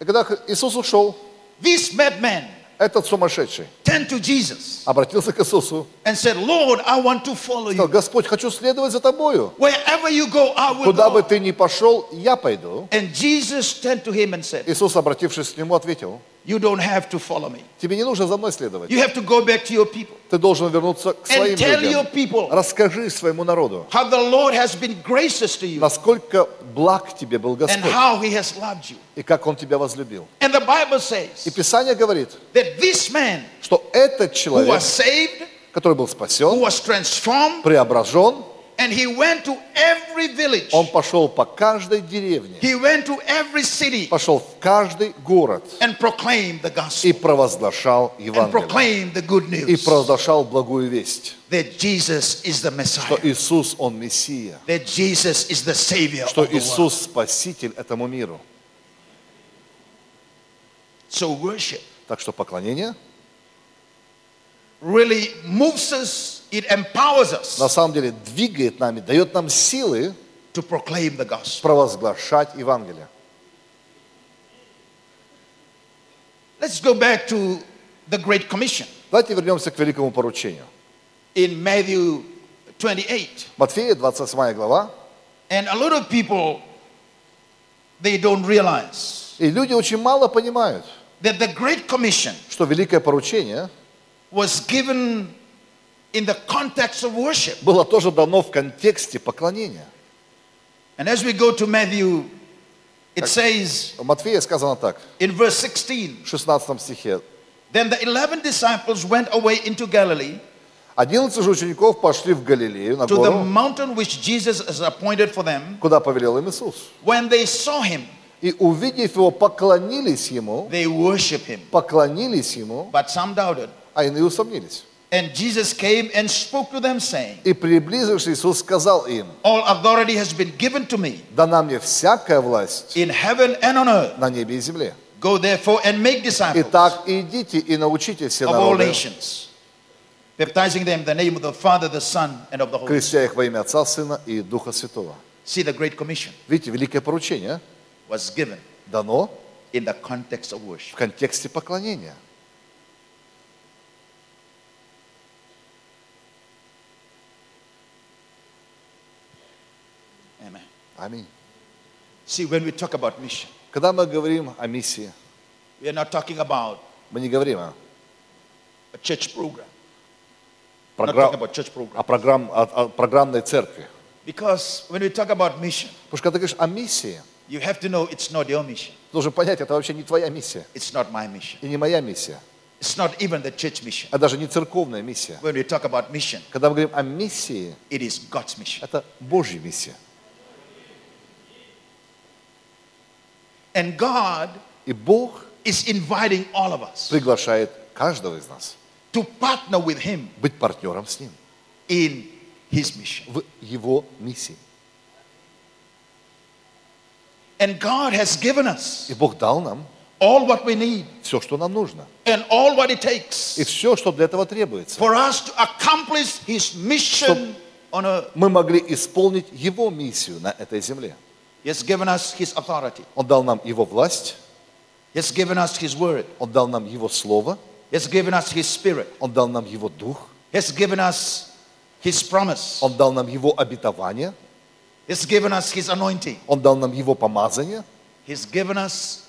Speaker 2: И когда Хри- Иисус ушел,
Speaker 1: this madman
Speaker 2: этот сумасшедший
Speaker 1: turned to Jesus
Speaker 2: обратился к Иисусу.
Speaker 1: and said, Lord, I want to follow
Speaker 2: Сказал,
Speaker 1: you.
Speaker 2: Господь, хочу следовать за тобою.
Speaker 1: Wherever you go, I will
Speaker 2: Куда бы
Speaker 1: go.
Speaker 2: ты ни пошел, я пойду.
Speaker 1: And Jesus turned to him and said,
Speaker 2: Иисус, обратившись к нему, ответил,
Speaker 1: You don't have to follow me.
Speaker 2: тебе не нужно за мной следовать.
Speaker 1: You have to go back to your people
Speaker 2: Ты должен вернуться к своим
Speaker 1: and tell your
Speaker 2: людям.
Speaker 1: people
Speaker 2: Расскажи своему народу,
Speaker 1: how the Lord has been gracious to you
Speaker 2: насколько благ тебе был
Speaker 1: and
Speaker 2: Господь
Speaker 1: how he has loved you.
Speaker 2: и как Он тебя возлюбил.
Speaker 1: And the Bible
Speaker 2: И
Speaker 1: says
Speaker 2: Писание говорит,
Speaker 1: that this man
Speaker 2: что этот
Speaker 1: who
Speaker 2: человек,
Speaker 1: was saved,
Speaker 2: который был
Speaker 1: who
Speaker 2: спасен,
Speaker 1: was transformed,
Speaker 2: преображен,
Speaker 1: and he went to every village,
Speaker 2: он пошел по каждой деревне,
Speaker 1: he went to every city
Speaker 2: пошел в каждый город
Speaker 1: and proclaimed the gospel
Speaker 2: и провозглашал
Speaker 1: and
Speaker 2: Евангелие.
Speaker 1: proclaimed the good
Speaker 2: И
Speaker 1: news
Speaker 2: провозглашал благую весть,
Speaker 1: that Jesus is the
Speaker 2: что
Speaker 1: Messiah,
Speaker 2: Иисус, Он Мессия,
Speaker 1: that Jesus is the Savior
Speaker 2: что
Speaker 1: of the world.
Speaker 2: Иисус Спаситель этому миру.
Speaker 1: So worship
Speaker 2: Так что поклонение
Speaker 1: really moves us, it empowers
Speaker 2: на
Speaker 1: us
Speaker 2: самом деле двигает нами, дает нам силы
Speaker 1: to proclaim the gospel.
Speaker 2: провозглашать Евангелие.
Speaker 1: Let's go back to the Great Commission
Speaker 2: Давайте вернемся к великому поручению.
Speaker 1: in Matthew 28.
Speaker 2: Матфея, 28 глава.
Speaker 1: And a lot of people, they don't realize
Speaker 2: И люди очень мало понимают,
Speaker 1: that the Great Commission
Speaker 2: что великое поручение
Speaker 1: was given in the context of worship.
Speaker 2: было тоже дано в контексте поклонения.
Speaker 1: And as we go to Matthew, it says
Speaker 2: В Матфея сказано так,
Speaker 1: in verse 16
Speaker 2: в 16 стихе.
Speaker 1: Then the 11 disciples went away into Galilee
Speaker 2: «Одиннадцать же учеников пошли в Галилею на
Speaker 1: to the
Speaker 2: гору,
Speaker 1: mountain which Jesus has appointed for them.
Speaker 2: куда повелел им Иисус.
Speaker 1: When they saw him,
Speaker 2: И, увидев его, поклонились ему,
Speaker 1: they worshiped him.
Speaker 2: поклонились ему,
Speaker 1: But some doubted.
Speaker 2: а иные усомнились.
Speaker 1: And Jesus came and spoke to them, saying,
Speaker 2: И, приблизившись, Иисус сказал им,
Speaker 1: All authority has been given to me
Speaker 2: дана мне всякая власть
Speaker 1: in heaven and on earth.
Speaker 2: на небе и земле.
Speaker 1: Go therefore and make disciples of
Speaker 2: Итак, идите и научите все
Speaker 1: all
Speaker 2: народы,
Speaker 1: nations, baptizing them in the name of the Father, the Son, and of the Holy Spirit.
Speaker 2: крестя их во имя Отца, Сына и Духа Святого.
Speaker 1: See, the Great Commission
Speaker 2: Видите, великое поручение а?
Speaker 1: was given
Speaker 2: дано
Speaker 1: in the context of
Speaker 2: в
Speaker 1: worship.
Speaker 2: контексте поклонения.
Speaker 1: Amen.
Speaker 2: Аминь.
Speaker 1: See, when we talk about mission,
Speaker 2: Когда мы говорим о миссии,
Speaker 1: we are not talking about
Speaker 2: мы не говорим о,
Speaker 1: a church program. We're not
Speaker 2: програ-
Speaker 1: talking about church program.
Speaker 2: о программ- о- о программной церкви.
Speaker 1: Because when we talk about mission,
Speaker 2: Потому что когда ты говоришь о миссии,
Speaker 1: you have to know it's not your mission.
Speaker 2: ты должен понять, это вообще не твоя миссия
Speaker 1: It's not my mission.
Speaker 2: и не моя миссия,
Speaker 1: It's not even the church mission.
Speaker 2: а даже не церковная миссия.
Speaker 1: When we talk about mission,
Speaker 2: Когда мы говорим о миссии,
Speaker 1: it is God's mission.
Speaker 2: это Божья миссия.
Speaker 1: And God
Speaker 2: И Бог
Speaker 1: is inviting all of us
Speaker 2: приглашает каждого из нас
Speaker 1: to partner with Him
Speaker 2: быть партнером с Ним
Speaker 1: in His mission.
Speaker 2: в Его миссии.
Speaker 1: And God has given us
Speaker 2: И Бог дал нам
Speaker 1: all what we need
Speaker 2: все, что нам нужно.
Speaker 1: and all what it
Speaker 2: И
Speaker 1: takes
Speaker 2: все, что для этого требуется.
Speaker 1: for us to accomplish His mission on earth.
Speaker 2: Мы могли исполнить Его миссию на этой земле.
Speaker 1: He has given us His authority.
Speaker 2: Он дал нам Его власть,
Speaker 1: He has given us His word.
Speaker 2: Он дал нам Его Слово,
Speaker 1: He has given us His spirit.
Speaker 2: Он дал нам Его Дух,
Speaker 1: He has given us His promise.
Speaker 2: Он дал нам Его обетование,
Speaker 1: He has given us His anointing.
Speaker 2: Он дал нам Его помазание,
Speaker 1: He has given us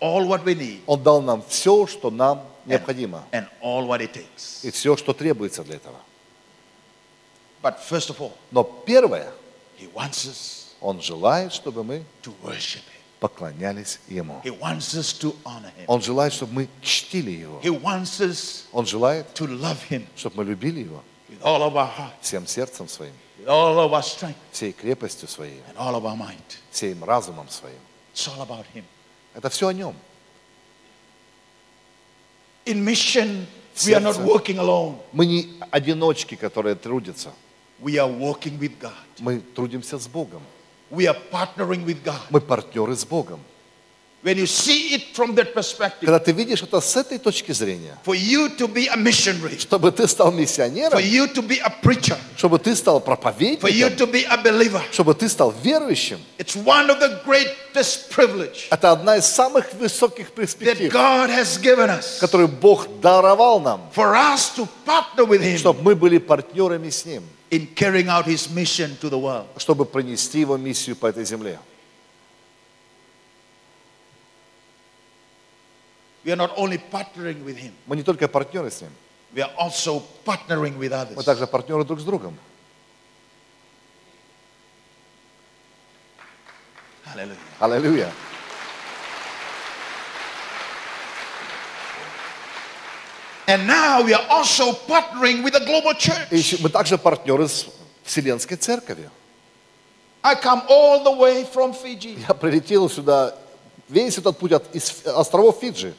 Speaker 1: all what we need
Speaker 2: Он дал нам все, что нам необходимо,
Speaker 1: and, and all what it takes.
Speaker 2: и все, что требуется для этого.
Speaker 1: But first of all,
Speaker 2: Но первое,
Speaker 1: He wants us
Speaker 2: Он желает, чтобы мы
Speaker 1: to worship Him.
Speaker 2: поклонялись Ему.
Speaker 1: He wants us to honor Him.
Speaker 2: Он желает, чтобы мы чтили Его.
Speaker 1: He wants us
Speaker 2: Он желает,
Speaker 1: to love Him
Speaker 2: чтобы мы любили Его
Speaker 1: with all of our heart,
Speaker 2: всем сердцем своим,
Speaker 1: with all of our strength,
Speaker 2: всей крепостью своей,
Speaker 1: and all of our mind.
Speaker 2: всем разумом своим.
Speaker 1: It's all about Him.
Speaker 2: Это все о Нем.
Speaker 1: In mission, we are not
Speaker 2: Сердце.
Speaker 1: working alone.
Speaker 2: Мы не одиночки, которые трудятся.
Speaker 1: We are working with God.
Speaker 2: Мы трудимся с Богом.
Speaker 1: We are partnering with God.
Speaker 2: Мы партнеры с Богом.
Speaker 1: We When you see it from that perspective,
Speaker 2: Когда ты видишь это с этой точки зрения,
Speaker 1: for you to be a missionary,
Speaker 2: чтобы ты стал
Speaker 1: for
Speaker 2: миссионером,
Speaker 1: you to be a preacher,
Speaker 2: чтобы ты стал
Speaker 1: for you
Speaker 2: проповедником,
Speaker 1: to be a believer,
Speaker 2: чтобы ты стал верующим,
Speaker 1: it's one of the greatest privilege
Speaker 2: это одна из самых высоких
Speaker 1: that
Speaker 2: перспектив,
Speaker 1: God has given us
Speaker 2: которую Бог даровал нам,
Speaker 1: for us to partner with Him
Speaker 2: чтобы мы были партнерами с Ним,
Speaker 1: in carrying out His mission to the world.
Speaker 2: чтобы принести Его миссию по этой земле.
Speaker 1: We are not only partnering with Him,
Speaker 2: Мы не только партнеры с Ним,
Speaker 1: we are also partnering with
Speaker 2: мы
Speaker 1: others.
Speaker 2: также партнеры друг с другом.
Speaker 1: Hallelujah.
Speaker 2: Аллилуйя.
Speaker 1: And now we are also partnering with the global
Speaker 2: И
Speaker 1: church.
Speaker 2: еще мы также партнеры с Вселенской Церковью.
Speaker 1: I come all the way from Fiji.
Speaker 2: Я прилетел сюда, весь этот путь от, из островов Фиджи.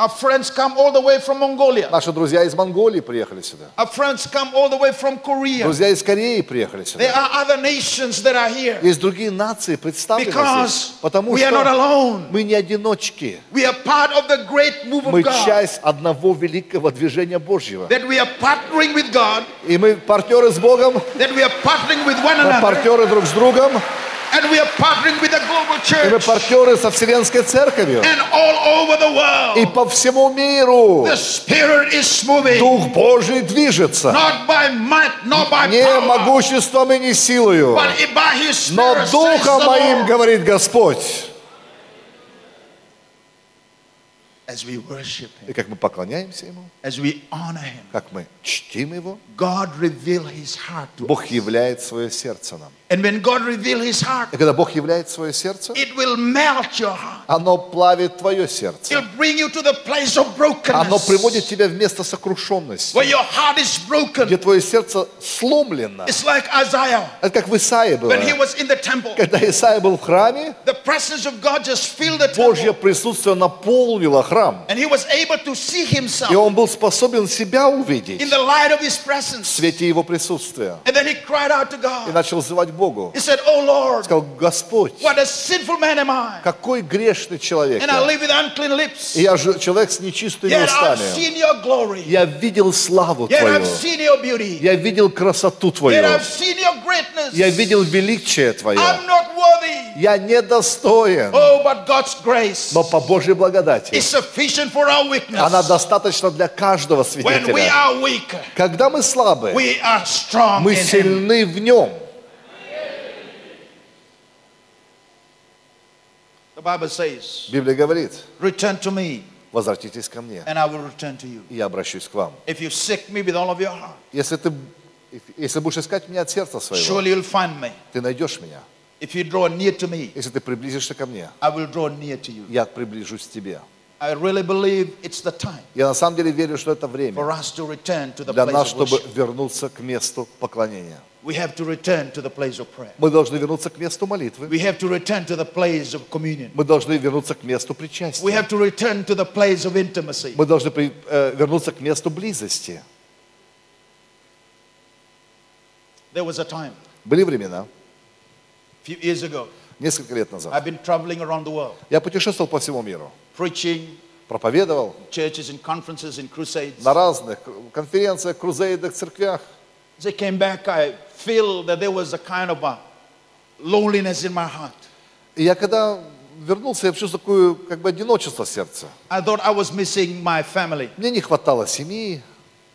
Speaker 1: Our friends come all the way from Mongolia.
Speaker 2: Наши друзья из Монголии приехали сюда.
Speaker 1: Our friends come all the way from Korea.
Speaker 2: Друзья из Кореи приехали
Speaker 1: There
Speaker 2: сюда.
Speaker 1: are other nations that are here
Speaker 2: Есть другие нации представлены здесь,
Speaker 1: because
Speaker 2: потому
Speaker 1: we are not
Speaker 2: что
Speaker 1: alone.
Speaker 2: мы не одиночки.
Speaker 1: We are part of the great move
Speaker 2: Мы
Speaker 1: of God.
Speaker 2: часть одного великого движения Божьего.
Speaker 1: That we are partnering with God,
Speaker 2: И мы партнеры с Богом,
Speaker 1: that we are partnering with one
Speaker 2: мы
Speaker 1: another,
Speaker 2: партнеры друг с другом,
Speaker 1: and we are partnering with the global
Speaker 2: и мы
Speaker 1: church
Speaker 2: партнеры со Вселенской Церковью.
Speaker 1: and all over the
Speaker 2: И
Speaker 1: world.
Speaker 2: по всему миру
Speaker 1: The Spirit is moving,
Speaker 2: Дух Божий движется.
Speaker 1: not by might, nor by
Speaker 2: Не
Speaker 1: power,
Speaker 2: могуществом и не силою,
Speaker 1: But if by his
Speaker 2: но
Speaker 1: spirit, says the
Speaker 2: Духом моим,
Speaker 1: Lord,
Speaker 2: говорит Господь.
Speaker 1: as we worship him,
Speaker 2: И как мы поклоняемся Ему,
Speaker 1: as we honor him,
Speaker 2: как мы чтим Его,
Speaker 1: God reveal his heart to us.
Speaker 2: Бог являет свое сердце нам.
Speaker 1: And when God reveal his heart,
Speaker 2: И когда Бог являет свое сердце,
Speaker 1: it will melt your heart.
Speaker 2: оно плавит твое сердце.
Speaker 1: It'll bring you to the place of
Speaker 2: Оно приводит
Speaker 1: brokenness,
Speaker 2: тебя в место сокрушенности,
Speaker 1: where your heart is
Speaker 2: где
Speaker 1: broken.
Speaker 2: твое сердце сломлено.
Speaker 1: It's like Isaiah
Speaker 2: Это как в Исаии было.
Speaker 1: when he was in the temple.
Speaker 2: Когда Исаия был в храме,
Speaker 1: The presence of God just filled the
Speaker 2: Божье
Speaker 1: temple,
Speaker 2: присутствие наполнило храм.
Speaker 1: and he was able to see
Speaker 2: И
Speaker 1: himself
Speaker 2: он был способен себя
Speaker 1: in
Speaker 2: увидеть
Speaker 1: the light of his
Speaker 2: в
Speaker 1: presence.
Speaker 2: свете его присутствия.
Speaker 1: And then he cried out to
Speaker 2: И
Speaker 1: God.
Speaker 2: начал звать Богу.
Speaker 1: He said, "Oh Lord,
Speaker 2: Сказал, Господь,
Speaker 1: what a sinful man am I!"
Speaker 2: какой грешный человек
Speaker 1: And I
Speaker 2: я.
Speaker 1: live with unclean lips.
Speaker 2: И я же человек с нечистыми
Speaker 1: Yet I've
Speaker 2: устами.
Speaker 1: seen your glory.
Speaker 2: Я видел славу
Speaker 1: Yet
Speaker 2: Твою.
Speaker 1: I've seen your beauty.
Speaker 2: Я видел красоту
Speaker 1: Yet
Speaker 2: Твою.
Speaker 1: I've seen your greatness.
Speaker 2: Я видел величие Твое.
Speaker 1: I'm not worthy.
Speaker 2: Я недостоин.
Speaker 1: Oh, but God's grace
Speaker 2: Но по Божьей благодати
Speaker 1: is sufficient for our
Speaker 2: она
Speaker 1: weakness.
Speaker 2: достаточна для каждого
Speaker 1: When we
Speaker 2: свидетеля.
Speaker 1: are weak,
Speaker 2: Когда мы слабы,
Speaker 1: we are strong
Speaker 2: мы
Speaker 1: in Him.
Speaker 2: сильны в нем.
Speaker 1: The Bible says,
Speaker 2: Библия говорит,
Speaker 1: Return to me,
Speaker 2: возвратитесь ко мне,
Speaker 1: and I will return to you.
Speaker 2: и я обращусь к вам.
Speaker 1: If you seek me with all of your heart,
Speaker 2: Если ты если будешь искать меня от сердца своего,
Speaker 1: surely you'll find me.
Speaker 2: ты найдешь меня.
Speaker 1: If you draw near to me,
Speaker 2: Если ты приблизишься ко мне,
Speaker 1: I will draw near to you.
Speaker 2: я приближусь к тебе.
Speaker 1: I really believe it's the time
Speaker 2: Я на самом деле верю, что это время
Speaker 1: for us to return to the
Speaker 2: для нас,
Speaker 1: place of
Speaker 2: чтобы
Speaker 1: worship.
Speaker 2: вернуться к месту поклонения.
Speaker 1: We have to return to the place of prayer.
Speaker 2: Мы должны вернуться к месту молитвы.
Speaker 1: We have to return to the place of communion.
Speaker 2: Мы должны вернуться к месту
Speaker 1: We
Speaker 2: причастия.
Speaker 1: have to return to the place of intimacy.
Speaker 2: Мы должны при- э, вернуться к месту близости.
Speaker 1: There was a time,
Speaker 2: Были времена,
Speaker 1: a few years ago,
Speaker 2: несколько лет назад.
Speaker 1: I've been traveling around the world,
Speaker 2: Я путешествовал по всему миру,
Speaker 1: preaching,
Speaker 2: проповедовал
Speaker 1: churches and conferences and crusades.
Speaker 2: на разных конференциях, крузейдах, церквях.
Speaker 1: As I came back, I feel that there was a kind of a loneliness in my heart.
Speaker 2: И я когда вернулся, я почувствовал такое как бы одиночество в сердце.
Speaker 1: I thought I was missing my family,
Speaker 2: Мне не хватало семьи.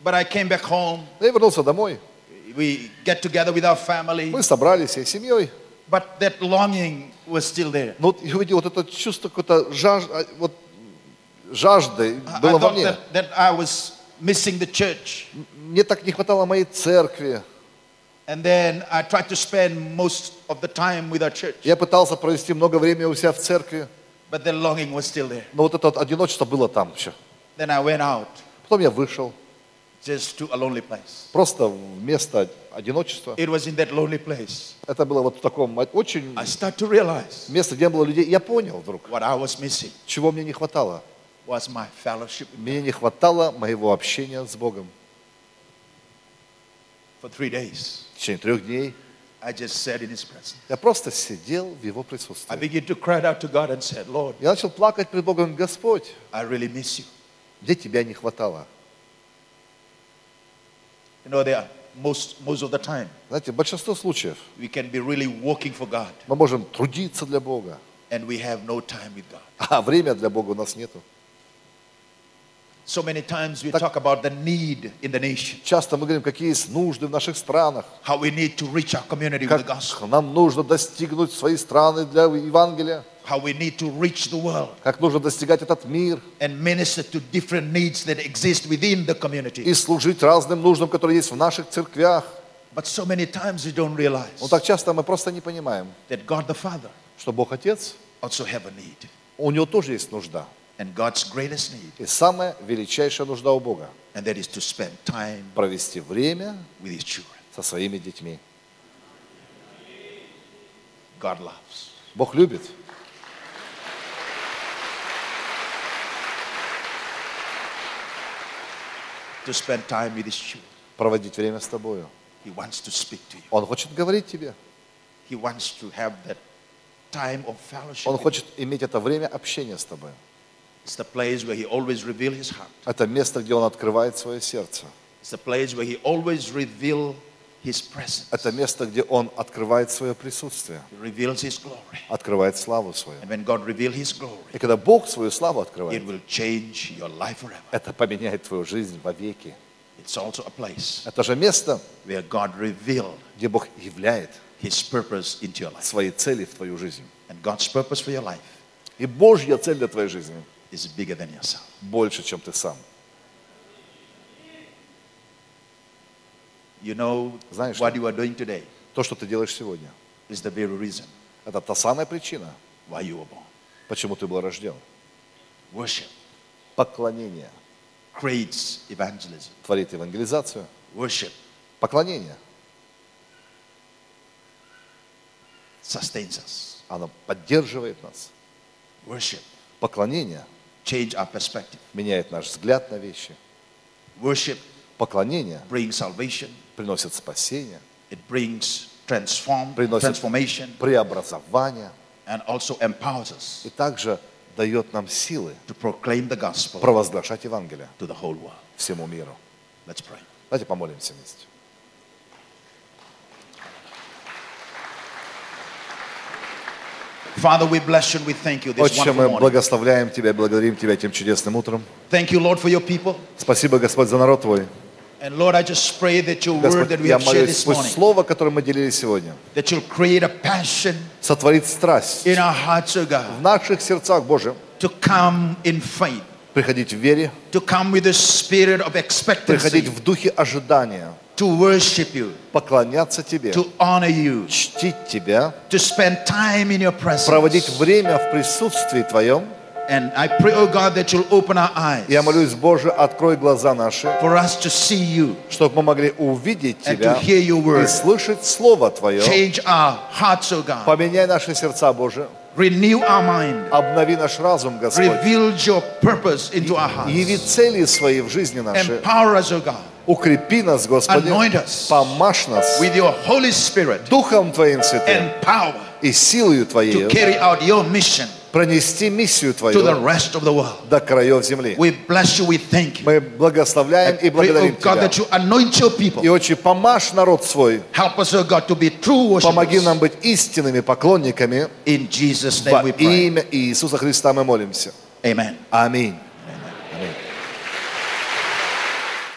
Speaker 1: but I came back home.
Speaker 2: Я вернулся домой.
Speaker 1: We get together with our family,
Speaker 2: Мы собрались всей семьей.
Speaker 1: but that longing was still there.
Speaker 2: Но вот я увидел вот это чувство какой-то жаж... а, вот, жажды
Speaker 1: I I
Speaker 2: было во
Speaker 1: thought
Speaker 2: мне.
Speaker 1: that, that I was missing the church.
Speaker 2: Мне так не хватало моей церкви.
Speaker 1: And then I tried to spend most of the time with our church,
Speaker 2: Я пытался провести много времени у себя в церкви,
Speaker 1: but the longing was still there.
Speaker 2: но вот это вот одиночество было там еще.
Speaker 1: Then I went out
Speaker 2: Потом я вышел,
Speaker 1: just to a lonely place.
Speaker 2: просто в место одиночества.
Speaker 1: It was in that lonely place
Speaker 2: Это было вот в таком очень
Speaker 1: I start to realize
Speaker 2: место, где не было людей. Я понял вдруг,
Speaker 1: what I was missing
Speaker 2: чего мне не хватало.
Speaker 1: was my fellowship.
Speaker 2: Мне не хватало моего общения с Богом.
Speaker 1: For three days,
Speaker 2: В течение трех дней
Speaker 1: I just sat in his presence.
Speaker 2: Я просто sидел в его
Speaker 1: I
Speaker 2: присутствии.
Speaker 1: began to cry out to God and said, Lord,
Speaker 2: Я начал плакать перед Богом, Господь,
Speaker 1: I really miss you.
Speaker 2: где тебя не хватало?
Speaker 1: You know, there are most, most of the time,
Speaker 2: Знаете, большинство случаев
Speaker 1: we can be really working for God
Speaker 2: мы можем трудиться для Бога,
Speaker 1: and we have no time with God.
Speaker 2: а время для Бога у нас нету.
Speaker 1: So many times we
Speaker 2: Tak-
Speaker 1: talk about the need in the nation,
Speaker 2: Часто мы говорим, какие есть нужды в наших странах,
Speaker 1: how we need to reach our community with the
Speaker 2: как
Speaker 1: gospel,
Speaker 2: нам нужно достигнуть свои страны для Евангелия,
Speaker 1: how we need to reach the world
Speaker 2: как нужно достигать этот мир
Speaker 1: and minister to different needs that exist within the community.
Speaker 2: и служить разным нуждам, которые есть в наших церквях.
Speaker 1: But so many times we don't
Speaker 2: Но
Speaker 1: realize
Speaker 2: так часто мы просто не понимаем,
Speaker 1: that God the Father
Speaker 2: что Бог Отец,
Speaker 1: also have a need.
Speaker 2: у Него тоже есть нужда.
Speaker 1: And God's greatest need,
Speaker 2: И самая величайшая нужда у Бога
Speaker 1: and that is to spend time
Speaker 2: – провести время
Speaker 1: with his children.
Speaker 2: со своими детьми.
Speaker 1: God loves.
Speaker 2: Бог любит.
Speaker 1: To spend time with his children.
Speaker 2: проводить время с тобою.
Speaker 1: He wants to speak to you.
Speaker 2: Он хочет говорить тебе.
Speaker 1: He wants to have that time of fellowship.
Speaker 2: Он
Speaker 1: with
Speaker 2: хочет иметь это время общения с тобой.
Speaker 1: you. It's the place where he always reveals his heart.
Speaker 2: Это место, где он открывает свое сердце.
Speaker 1: It's the place where he always reveals his presence.
Speaker 2: Это место, где он открывает свое присутствие,
Speaker 1: He reveals his glory.
Speaker 2: открывает славу свою.
Speaker 1: And when God reveals his glory,
Speaker 2: И когда Бог свою славу
Speaker 1: it
Speaker 2: открывает,
Speaker 1: will change your life forever.
Speaker 2: это поменяет твою жизнь вовеки.
Speaker 1: It's also a place
Speaker 2: Это же место,
Speaker 1: where God revealed
Speaker 2: где Бог являет
Speaker 1: his purpose into your life.
Speaker 2: свои цели в твою жизнь.
Speaker 1: And God's purpose for your life
Speaker 2: И Божья цель для твоей жизни
Speaker 1: is bigger than yourself.
Speaker 2: больше, чем ты сам.
Speaker 1: You know
Speaker 2: Знаешь,
Speaker 1: what
Speaker 2: что?
Speaker 1: you are doing today
Speaker 2: То, что ты делаешь сегодня,
Speaker 1: is the very reason
Speaker 2: это та самая причина,
Speaker 1: why you were born.
Speaker 2: почему ты был рожден.
Speaker 1: Worship
Speaker 2: Поклонение
Speaker 1: creates evangelism.
Speaker 2: творит евангелизацию.
Speaker 1: Worship
Speaker 2: Поклонение
Speaker 1: sustains us.
Speaker 2: Оно поддерживает нас.
Speaker 1: Worship
Speaker 2: Поклонение
Speaker 1: change our perspective.
Speaker 2: меняет наш взгляд на вещи.
Speaker 1: Worship
Speaker 2: Поклонение
Speaker 1: brings salvation.
Speaker 2: приносит спасение,
Speaker 1: It brings transform,
Speaker 2: Приносит-
Speaker 1: transformation
Speaker 2: преобразование
Speaker 1: and also empowers us
Speaker 2: и также дает нам силы
Speaker 1: to proclaim the gospel
Speaker 2: провозглашать Евангелие
Speaker 1: to the whole world.
Speaker 2: всему миру.
Speaker 1: Let's pray.
Speaker 2: Давайте помолимся вместе.
Speaker 1: Father, we bless you and we thank you this
Speaker 2: Отче,
Speaker 1: wonderful
Speaker 2: мы
Speaker 1: morning.
Speaker 2: благословляем Тебя и благодарим Тебя этим чудесным утром.
Speaker 1: Thank you, Lord, for your people.
Speaker 2: Спасибо, Господь, за народ Твой.
Speaker 1: And Lord, I just pray that your word
Speaker 2: Господь,
Speaker 1: that we
Speaker 2: я
Speaker 1: have shared
Speaker 2: молюсь,
Speaker 1: this
Speaker 2: пусть
Speaker 1: morning,
Speaker 2: слово, которое мы делили сегодня,
Speaker 1: that you'll create a passion
Speaker 2: сотворит страсть
Speaker 1: in our hearts, O
Speaker 2: в
Speaker 1: God,
Speaker 2: наших сердцах, Боже,
Speaker 1: to come in faith,
Speaker 2: приходить в вере,
Speaker 1: to come with a spirit of
Speaker 2: приходить
Speaker 1: expectancy,
Speaker 2: в духе ожидания,
Speaker 1: to worship you,
Speaker 2: поклоняться Тебе.
Speaker 1: to honor you,
Speaker 2: чтить Тебя,
Speaker 1: to spend time in your
Speaker 2: проводить
Speaker 1: presence.
Speaker 2: время в присутствии Твоем.
Speaker 1: And I pray, O God, that you'll open our eyes
Speaker 2: Я молюсь, Боже, открой глаза наши,
Speaker 1: for us to see you,
Speaker 2: чтобы мы могли увидеть
Speaker 1: And
Speaker 2: Тебя
Speaker 1: to hear your word.
Speaker 2: и слышать Слово Твое.
Speaker 1: change our hearts, O God,
Speaker 2: Поменяй наши сердца, Боже,
Speaker 1: renew our mind,
Speaker 2: обнови наш разум, Господь.
Speaker 1: reveal your purpose into our hearts,
Speaker 2: Яви цели свои в жизни наши.
Speaker 1: empower us, O God,
Speaker 2: Укрепи нас, Господи.
Speaker 1: Anoint us.
Speaker 2: Помажь нас
Speaker 1: with your Holy Spirit
Speaker 2: Духом Твоим Святым
Speaker 1: and power.
Speaker 2: и силою
Speaker 1: to
Speaker 2: Твоею
Speaker 1: carry out your mission
Speaker 2: пронести миссию
Speaker 1: to the
Speaker 2: Твою
Speaker 1: rest of the world.
Speaker 2: до краев земли.
Speaker 1: We bless you, we thank you.
Speaker 2: Мы благословляем и
Speaker 1: Pray, oh
Speaker 2: благодарим
Speaker 1: God,
Speaker 2: Тебя.
Speaker 1: that you anoint your
Speaker 2: И,
Speaker 1: people.
Speaker 2: Отче, помажь народ свой
Speaker 1: Help us, oh God, to be true
Speaker 2: Помоги нам
Speaker 1: worshipers.
Speaker 2: быть истинными поклонниками.
Speaker 1: In Jesus'
Speaker 2: Во
Speaker 1: name we pray.
Speaker 2: имя Иисуса Христа мы молимся.
Speaker 1: Amen.
Speaker 2: Аминь.